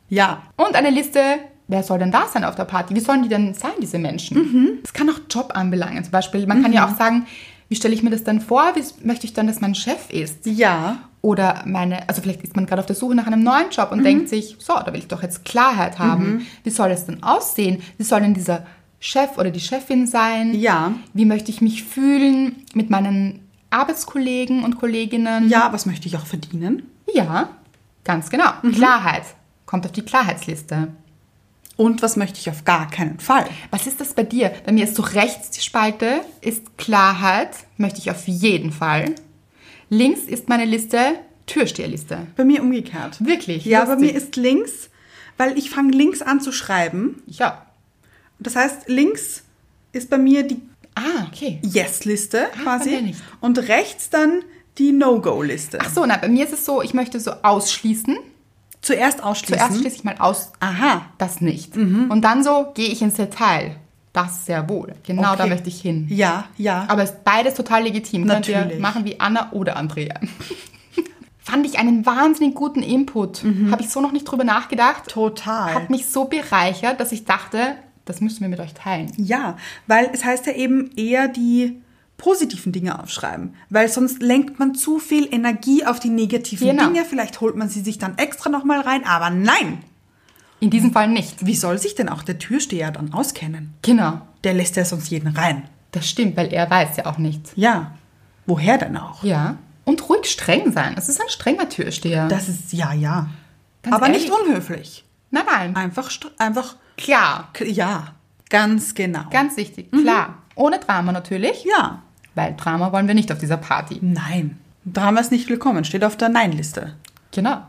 Speaker 2: Ja.
Speaker 1: Und eine Liste, wer soll denn da sein auf der Party? Wie sollen die denn sein, diese Menschen?
Speaker 2: Mhm.
Speaker 1: Das kann auch Job anbelangen. Zum Beispiel, man kann ja auch sagen, wie stelle ich mir das denn vor? Wie möchte ich denn, dass mein Chef ist?
Speaker 2: Ja.
Speaker 1: Oder meine, also vielleicht ist man gerade auf der Suche nach einem neuen Job
Speaker 2: Mhm.
Speaker 1: und denkt sich, so, da will ich doch jetzt Klarheit haben. Wie soll es denn aussehen? Wie soll denn dieser Chef oder die Chefin sein?
Speaker 2: Ja.
Speaker 1: Wie möchte ich mich fühlen mit meinen Arbeitskollegen und Kolleginnen?
Speaker 2: Ja, was möchte ich auch verdienen?
Speaker 1: Ja, ganz genau.
Speaker 2: Mhm.
Speaker 1: Klarheit kommt auf die Klarheitsliste.
Speaker 2: Und was möchte ich auf gar keinen Fall?
Speaker 1: Was ist das bei dir? Bei mir ist so rechts die Spalte, ist Klarheit, möchte ich auf jeden Fall. Links ist meine Liste, Türsteherliste.
Speaker 2: Bei mir umgekehrt.
Speaker 1: Wirklich?
Speaker 2: Ja, bei
Speaker 1: Lustig.
Speaker 2: mir ist links, weil ich fange links an zu schreiben.
Speaker 1: Ja.
Speaker 2: Das heißt, links ist bei mir die
Speaker 1: Ah, okay.
Speaker 2: Yes-Liste quasi
Speaker 1: mir nicht.
Speaker 2: und rechts dann die No-Go-Liste.
Speaker 1: Ach so, na, bei mir ist es so, ich möchte so ausschließen.
Speaker 2: Zuerst ausschließen.
Speaker 1: Zuerst schließe ich mal aus,
Speaker 2: Aha.
Speaker 1: das nicht.
Speaker 2: Mhm.
Speaker 1: Und dann so gehe ich ins Detail. Das sehr wohl. Genau da
Speaker 2: Okay.
Speaker 1: möchte ich hin.
Speaker 2: Ja, ja.
Speaker 1: Aber ist beides total legitim. Könnt ihr
Speaker 2: Natürlich.
Speaker 1: machen wie Anna oder Andrea. Fand ich einen wahnsinnig guten Input.
Speaker 2: Mhm.
Speaker 1: Habe ich so noch nicht drüber nachgedacht.
Speaker 2: Total.
Speaker 1: Hat mich so bereichert, dass ich dachte, das müssen wir mit euch teilen.
Speaker 2: Ja, weil es heißt ja eben eher die positiven Dinge aufschreiben, weil sonst lenkt man zu viel Energie auf die negativen
Speaker 1: Genau.
Speaker 2: Dinge. Vielleicht holt man sie sich dann extra nochmal rein, aber nein!
Speaker 1: In diesem Fall nicht.
Speaker 2: Wie soll sich denn auch der Türsteher dann auskennen?
Speaker 1: Genau.
Speaker 2: Der lässt ja sonst jeden rein.
Speaker 1: Das stimmt, weil er weiß ja auch nicht.
Speaker 2: Ja, woher denn auch?
Speaker 1: Ja. Und ruhig streng sein. Es ist ein strenger Türsteher.
Speaker 2: Das ist ja, ja.
Speaker 1: Ganz
Speaker 2: aber
Speaker 1: ehrlich.
Speaker 2: nicht unhöflich.
Speaker 1: nein, nein.
Speaker 2: Einfach, str- einfach,
Speaker 1: Klar.
Speaker 2: k- ja, ganz genau.
Speaker 1: Ganz wichtig. Klar. Ohne Drama natürlich.
Speaker 2: ja,
Speaker 1: Weil Drama wollen wir nicht auf dieser Party.
Speaker 2: nein. Drama ist nicht willkommen, steht auf der Nein-Liste.
Speaker 1: Genau.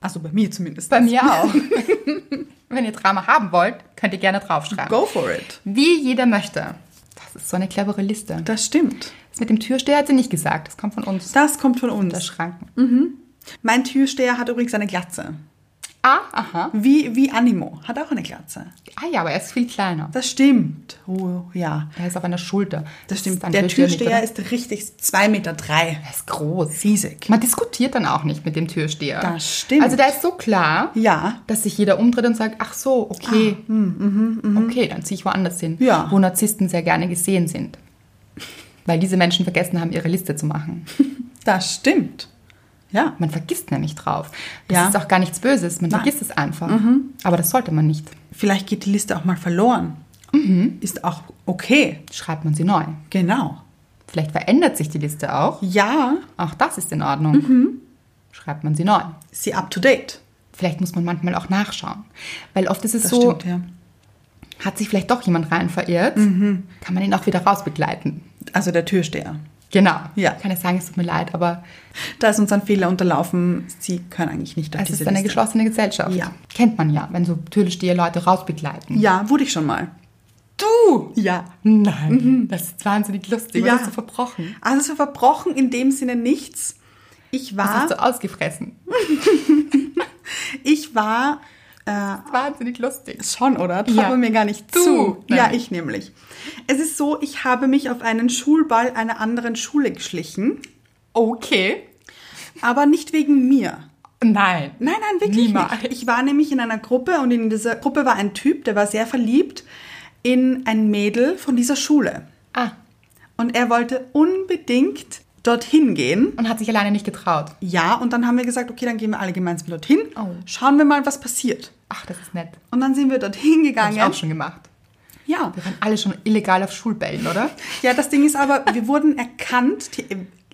Speaker 2: Also bei mir zumindest.
Speaker 1: Bei mir auch. Wenn ihr Drama haben wollt, könnt ihr gerne draufschreiben.
Speaker 2: Go for it.
Speaker 1: Wie jeder möchte. Das ist so eine clevere Liste.
Speaker 2: Das stimmt.
Speaker 1: Das mit dem Türsteher hat sie nicht gesagt. Das kommt von uns.
Speaker 2: Das kommt von
Speaker 1: Der
Speaker 2: uns.
Speaker 1: Schranken.
Speaker 2: Mein Türsteher hat übrigens eine Glatze.
Speaker 1: Ah, aha.
Speaker 2: Wie, wie Animo hat auch eine Glatze.
Speaker 1: Ah ja, aber er ist viel kleiner.
Speaker 2: Das stimmt. Oh, ja.
Speaker 1: Er ist auf einer Schulter.
Speaker 2: Das
Speaker 1: ist
Speaker 2: stimmt.
Speaker 1: dann
Speaker 2: Der
Speaker 1: nicht,
Speaker 2: Türsteher
Speaker 1: oder?
Speaker 2: ist richtig 2,3 Meter. Drei.
Speaker 1: Er ist groß.
Speaker 2: Riesig.
Speaker 1: Man diskutiert dann auch nicht mit dem Türsteher.
Speaker 2: Das stimmt.
Speaker 1: Also da ist so klar,
Speaker 2: Ja.
Speaker 1: dass sich jeder umdreht und sagt, ach so, okay,
Speaker 2: Ah,
Speaker 1: okay, dann ziehe ich woanders hin,
Speaker 2: hm, mhm, Ja.
Speaker 1: wo Narzissten sehr gerne gesehen sind. Weil diese Menschen vergessen haben, ihre Liste zu machen.
Speaker 2: Das stimmt. Ja.
Speaker 1: Man vergisst nämlich drauf. Das
Speaker 2: Ja.
Speaker 1: ist auch gar nichts Böses, man
Speaker 2: Nein. Mhm.
Speaker 1: vergisst es einfach. Aber das sollte man nicht.
Speaker 2: Vielleicht geht die Liste auch mal verloren. Ist auch okay.
Speaker 1: Schreibt man sie neu.
Speaker 2: Genau.
Speaker 1: Vielleicht verändert sich die Liste auch.
Speaker 2: Ja, Mhm.
Speaker 1: Auch das ist in Ordnung. Schreibt man sie neu.
Speaker 2: sie up to date.
Speaker 1: Vielleicht muss man manchmal auch nachschauen. Weil oft ist es
Speaker 2: Das
Speaker 1: so,
Speaker 2: stimmt, ja.
Speaker 1: hat sich vielleicht doch jemand rein verirrt,
Speaker 2: Mhm.
Speaker 1: kann man ihn auch wieder rausbegleiten.
Speaker 2: Also der Türsteher.
Speaker 1: Genau.
Speaker 2: Ja.
Speaker 1: Kann es sagen, es tut mir leid, aber
Speaker 2: Da ist uns ein Fehler unterlaufen. Sie können eigentlich nicht auf
Speaker 1: es
Speaker 2: diese
Speaker 1: ist eine
Speaker 2: Liste.
Speaker 1: geschlossene Gesellschaft.
Speaker 2: Ja.
Speaker 1: Kennt man ja, wenn so türsteher Leute rausbegleiten.
Speaker 2: Ja, wurde ich schon mal. Du! Mhm. Ja.
Speaker 1: Nein, das ist wahnsinnig lustig. Was hast du verbrochen?
Speaker 2: Also verbrochen in dem Sinne nichts. Ich
Speaker 1: Was
Speaker 2: war,
Speaker 1: hast du ausgefressen?
Speaker 2: ich war äh,
Speaker 1: Wahnsinnig lustig.
Speaker 2: schon, oder? Traue
Speaker 1: Ja.
Speaker 2: mir gar nicht
Speaker 1: Du.
Speaker 2: zu.
Speaker 1: Nein.
Speaker 2: Ja, ich nämlich. Es ist so, ich habe mich auf einen Schulball einer anderen Schule geschlichen,
Speaker 1: Okay.
Speaker 2: aber nicht wegen mir.
Speaker 1: Nein.
Speaker 2: Nein, nein, wirklich
Speaker 1: Niemals.
Speaker 2: nicht. Ich war nämlich in einer Gruppe und in dieser Gruppe war ein Typ, der war sehr verliebt in ein Mädel von dieser Schule.
Speaker 1: Ah,
Speaker 2: Und er wollte unbedingt dorthin gehen.
Speaker 1: und hat sich alleine nicht getraut.
Speaker 2: Ja, und dann haben wir gesagt, okay, dann gehen wir alle gemeinsam dorthin,
Speaker 1: Oh.
Speaker 2: schauen wir mal, was passiert.
Speaker 1: Ach, das ist nett.
Speaker 2: Und dann sind wir dorthin
Speaker 1: Hab
Speaker 2: gegangen.
Speaker 1: ich auch schon gemacht.
Speaker 2: Ja.
Speaker 1: Wir waren alle schon illegal auf Schulbällen, oder?
Speaker 2: ja, das Ding ist aber, wir wurden erkannt, die,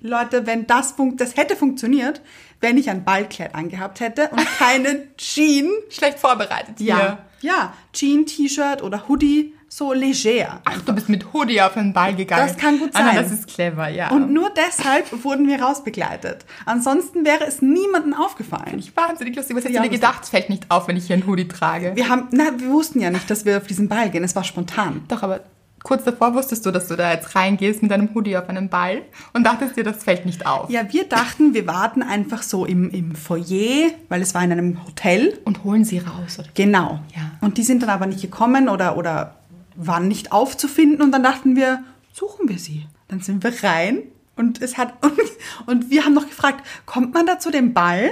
Speaker 2: Leute, wenn das, fun das hätte funktioniert, wenn ich ein Ballkleid angehabt hätte und keine Jean.
Speaker 1: Schlecht vorbereitet. hier.
Speaker 2: Ja, Jean, T-Shirt oder Hoodie, so leger.
Speaker 1: Ach, du bist mit Hoodie auf den Ball gegangen.
Speaker 2: Das kann gut
Speaker 1: Anna,
Speaker 2: sein.
Speaker 1: das ist clever, ja.
Speaker 2: Und nur deshalb wurden wir rausbegleitet. Ansonsten wäre es niemandem aufgefallen.
Speaker 1: Ich wahnsinnig lustig. Was hättest
Speaker 2: Ja,
Speaker 1: du dir
Speaker 2: das-
Speaker 1: gedacht? Es fällt nicht auf, wenn ich hier einen Hoodie trage.
Speaker 2: Wir haben, na, wir wussten ja nicht, dass wir auf diesen Ball gehen. Es war spontan.
Speaker 1: Doch, aber kurz davor wusstest du, dass du da jetzt reingehst mit einem Hoodie auf einen Ball und dachtest dir, das fällt nicht auf.
Speaker 2: Ja, wir dachten, wir warten einfach so im, im Foyer, weil es war in einem Hotel.
Speaker 1: Und holen sie raus. Oder?
Speaker 2: Genau.
Speaker 1: Ja.
Speaker 2: Und die sind dann aber nicht gekommen oder, oder waren nicht aufzufinden und dann dachten wir, suchen wir sie. Dann sind wir rein und es hat und, und wir haben noch gefragt, kommt man da zu dem Ball?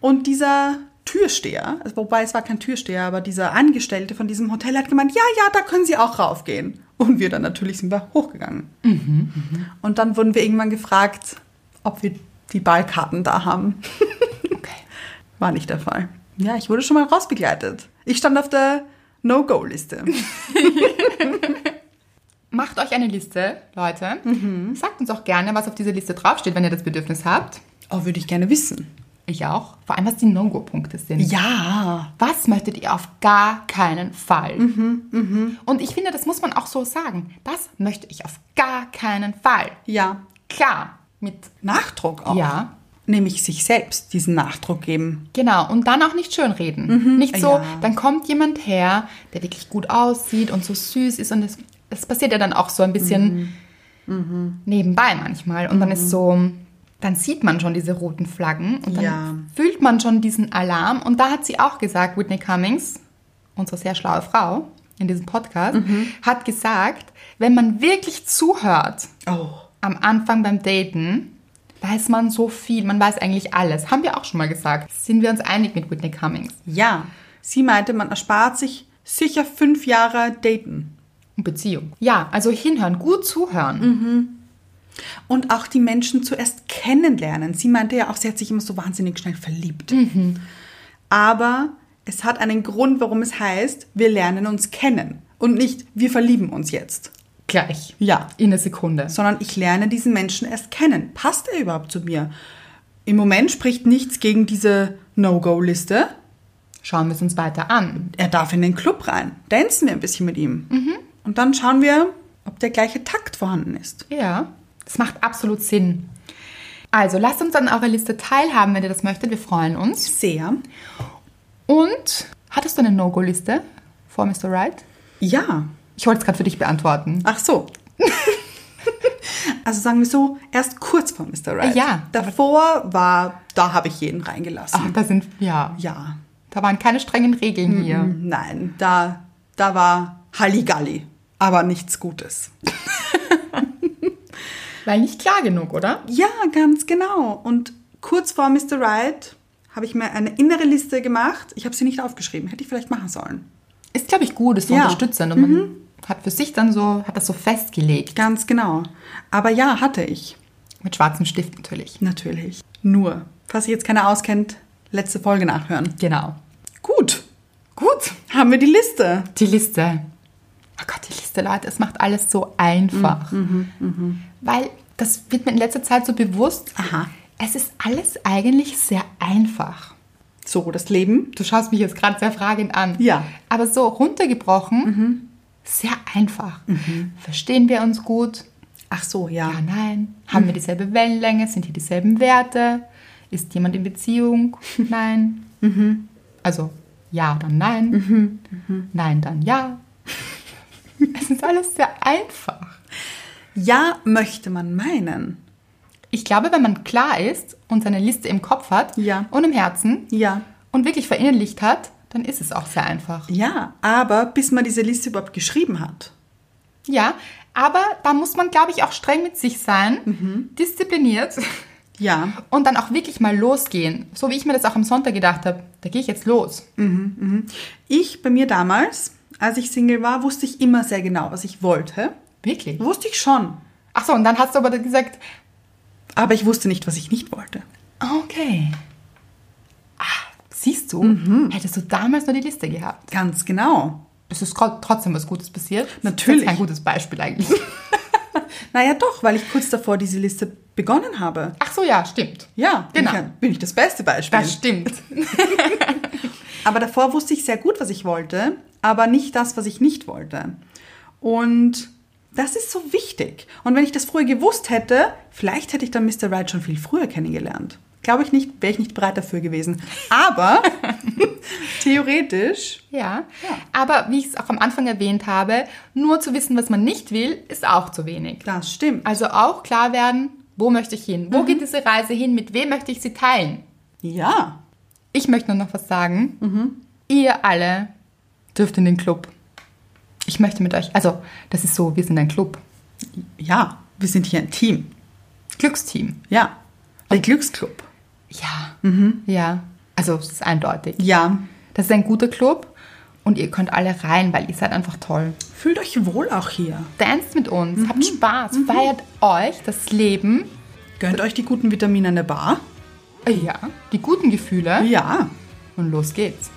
Speaker 2: Und dieser Türsteher, also wobei es war kein Türsteher, aber dieser Angestellte von diesem Hotel hat gemeint, ja, ja, da können Sie auch raufgehen. Und wir dann natürlich sind wir hochgegangen. Und dann wurden wir irgendwann gefragt, ob wir die Ballkarten da haben.
Speaker 1: Okay.
Speaker 2: War nicht der Fall. Ja, ich wurde schon mal rausbegleitet. Ich stand auf der No-Go-Liste.
Speaker 1: Macht euch eine Liste, Leute.
Speaker 2: Mhm.
Speaker 1: Sagt uns auch gerne, was auf dieser Liste draufsteht, wenn ihr das Bedürfnis habt.
Speaker 2: Oh, würde ich gerne wissen.
Speaker 1: Ich auch. Vor allem, was die No-Go-Punkte sind.
Speaker 2: Ja.
Speaker 1: Was möchtet ihr auf gar keinen Fall?
Speaker 2: Mhm,
Speaker 1: Und ich finde, das muss man auch so sagen. Das möchte ich auf gar keinen Fall.
Speaker 2: Ja.
Speaker 1: Klar, mit
Speaker 2: Nachdruck auch.
Speaker 1: Ja.
Speaker 2: Nämlich sich selbst diesen Nachdruck geben.
Speaker 1: Genau, und dann auch nicht schönreden. Nicht so,
Speaker 2: Mhm. Ja.
Speaker 1: dann kommt jemand her, der wirklich gut aussieht und so süß ist und das, das passiert ja dann auch so ein bisschen
Speaker 2: Mhm.
Speaker 1: nebenbei manchmal. Und dann ist so, dann sieht man schon diese roten Flaggen und dann
Speaker 2: Ja.
Speaker 1: fühlt man schon diesen Alarm. Und da hat sie auch gesagt, Whitney Cummings, unsere sehr schlaue Frau in diesem Podcast,
Speaker 2: Mhm.
Speaker 1: hat gesagt, wenn man wirklich zuhört,
Speaker 2: Oh.
Speaker 1: am Anfang beim Daten weiß man so viel, man weiß eigentlich alles. Haben wir auch schon mal gesagt. Sind wir uns einig mit Whitney Cummings?
Speaker 2: Ja. Sie meinte, man erspart sich sicher fünf Jahre Daten.
Speaker 1: Und Beziehung. Ja, also hinhören, gut zuhören.
Speaker 2: Und auch die Menschen zuerst kennenlernen. Sie meinte ja auch, sie hat sich immer so wahnsinnig schnell verliebt. Aber es hat einen Grund, warum es heißt, wir lernen uns kennen. Und nicht, wir verlieben uns jetzt.
Speaker 1: Gleich.
Speaker 2: Ja.
Speaker 1: In einer Sekunde.
Speaker 2: sondern ich lerne diesen Menschen erst kennen. Passt er überhaupt zu mir? Im Moment spricht nichts gegen diese No-Go-Liste.
Speaker 1: Schauen wir es uns weiter an.
Speaker 2: Er darf in den Club rein. Dancen wir ein bisschen mit ihm. Und dann schauen wir, ob der gleiche Takt vorhanden ist.
Speaker 1: Ja, das macht absolut Sinn. Also lasst uns an eurer Liste teilhaben, wenn ihr das möchtet. Wir freuen uns.
Speaker 2: Sehr.
Speaker 1: Und hattest du eine No-Go-Liste vor Mr. Right?
Speaker 2: Ja.
Speaker 1: Ich wollte es gerade für dich beantworten.
Speaker 2: Ach so. also sagen wir so, erst kurz vor Mr. Right.
Speaker 1: Ja. Ah.
Speaker 2: Davor war, da habe ich jeden reingelassen.
Speaker 1: Ach, da sind ja,
Speaker 2: Ja.
Speaker 1: da waren keine strengen Regeln hier.
Speaker 2: Nein, da, da war Halligalli. Aber nichts Gutes.
Speaker 1: Weil nicht klar genug, oder?
Speaker 2: Ja, ganz genau. Und kurz vor Mr. Right habe ich mir eine innere Liste gemacht. Ich habe sie nicht aufgeschrieben. Hätte ich vielleicht machen sollen.
Speaker 1: Ist, glaube ich, gut, ist so
Speaker 2: Ja. Mhm.
Speaker 1: unterstützend. Und man hat für sich dann so, hat das so festgelegt.
Speaker 2: Ganz genau. Aber ja, hatte ich.
Speaker 1: Mit schwarzem Stift natürlich.
Speaker 2: Natürlich. Nur, falls sich jetzt keiner auskennt, letzte Folge nachhören.
Speaker 1: Genau.
Speaker 2: Gut,
Speaker 1: Gut.
Speaker 2: haben wir die Liste.
Speaker 1: Die Liste. Oh Gott, die Liste, Leute, es macht alles so einfach.
Speaker 2: Mhm,
Speaker 1: Weil das wird mir in letzter Zeit so bewusst.
Speaker 2: Aha.
Speaker 1: Es ist alles eigentlich sehr einfach.
Speaker 2: So, das Leben.
Speaker 1: Du schaust mich jetzt gerade sehr fragend an.
Speaker 2: Ja. Mhm.
Speaker 1: Aber so runtergebrochen, sehr einfach. Verstehen wir uns gut?
Speaker 2: Ach so, ja.
Speaker 1: Ja, Ah, nein. Haben wir dieselbe Wellenlänge? Sind hier dieselben Werte? Ist jemand in Beziehung? Nein. Also ja, dann nein. Nein, dann ja. es ist alles sehr einfach.
Speaker 2: Ja, möchte man meinen.
Speaker 1: Ich glaube, wenn man klar ist und seine Liste im Kopf hat
Speaker 2: Ja.
Speaker 1: und im Herzen
Speaker 2: Ja.
Speaker 1: und wirklich verinnerlicht hat, dann ist es auch sehr einfach.
Speaker 2: Ja, aber bis man diese Liste überhaupt geschrieben hat.
Speaker 1: Ja, aber da muss man, glaube ich, auch streng mit sich sein, diszipliniert.
Speaker 2: Ja.
Speaker 1: Und dann auch wirklich mal losgehen. So wie ich mir das auch am Sonntag gedacht habe. Da gehe ich jetzt los.
Speaker 2: Ich, bei mir damals, als ich Single war, wusste ich immer sehr genau, was ich wollte.
Speaker 1: Wirklich?
Speaker 2: Wusste ich schon.
Speaker 1: Ach so, und dann hast du aber gesagt,
Speaker 2: Aber ich wusste nicht, was ich nicht wollte.
Speaker 1: okay. Ah, siehst du, hättest du damals nur die Liste gehabt.
Speaker 2: Ganz genau.
Speaker 1: Es ist tro- trotzdem was Gutes passiert. Das ist
Speaker 2: Natürlich.
Speaker 1: jetzt Kein gutes Beispiel eigentlich.
Speaker 2: Naja, doch, weil ich kurz davor diese Liste begonnen habe.
Speaker 1: Ach so, ja, stimmt.
Speaker 2: Ja,
Speaker 1: Genau.
Speaker 2: Bin ich, bin ich das beste Beispiel.
Speaker 1: Das stimmt.
Speaker 2: aber davor wusste ich sehr gut, was ich wollte, aber nicht das, was ich nicht wollte. Und das ist so wichtig. Und wenn ich das früher gewusst hätte, vielleicht hätte ich dann Mr. Right schon viel früher kennengelernt. Glaube ich nicht, wäre ich nicht bereit dafür gewesen. Aber Theoretisch.
Speaker 1: Ja. Aber wie ich es auch am Anfang erwähnt habe, nur zu wissen, was man nicht will, ist auch zu wenig.
Speaker 2: Das stimmt.
Speaker 1: Also auch klar werden, wo möchte ich hin? Wo geht diese Reise hin? Mit wem möchte ich sie teilen?
Speaker 2: Ja.
Speaker 1: Ich möchte nur noch was sagen. Ihr alle dürft in den Club. Ich möchte mit euch, also das ist so, wir sind ein Club.
Speaker 2: Ja. Wir sind hier ein Team.
Speaker 1: Glücksteam.
Speaker 2: Ja. Der Glücksclub.
Speaker 1: Ja. Ja. Also es ist eindeutig.
Speaker 2: Ja.
Speaker 1: Das ist ein guter Club und ihr könnt alle rein, weil ihr seid einfach toll.
Speaker 2: Fühlt euch wohl auch hier.
Speaker 1: Danced mit uns, habt Spaß, feiert euch das Leben.
Speaker 2: Gönnt euch die guten Vitamine an der Bar.
Speaker 1: Ja, die guten Gefühle.
Speaker 2: Ja.
Speaker 1: Und los geht's.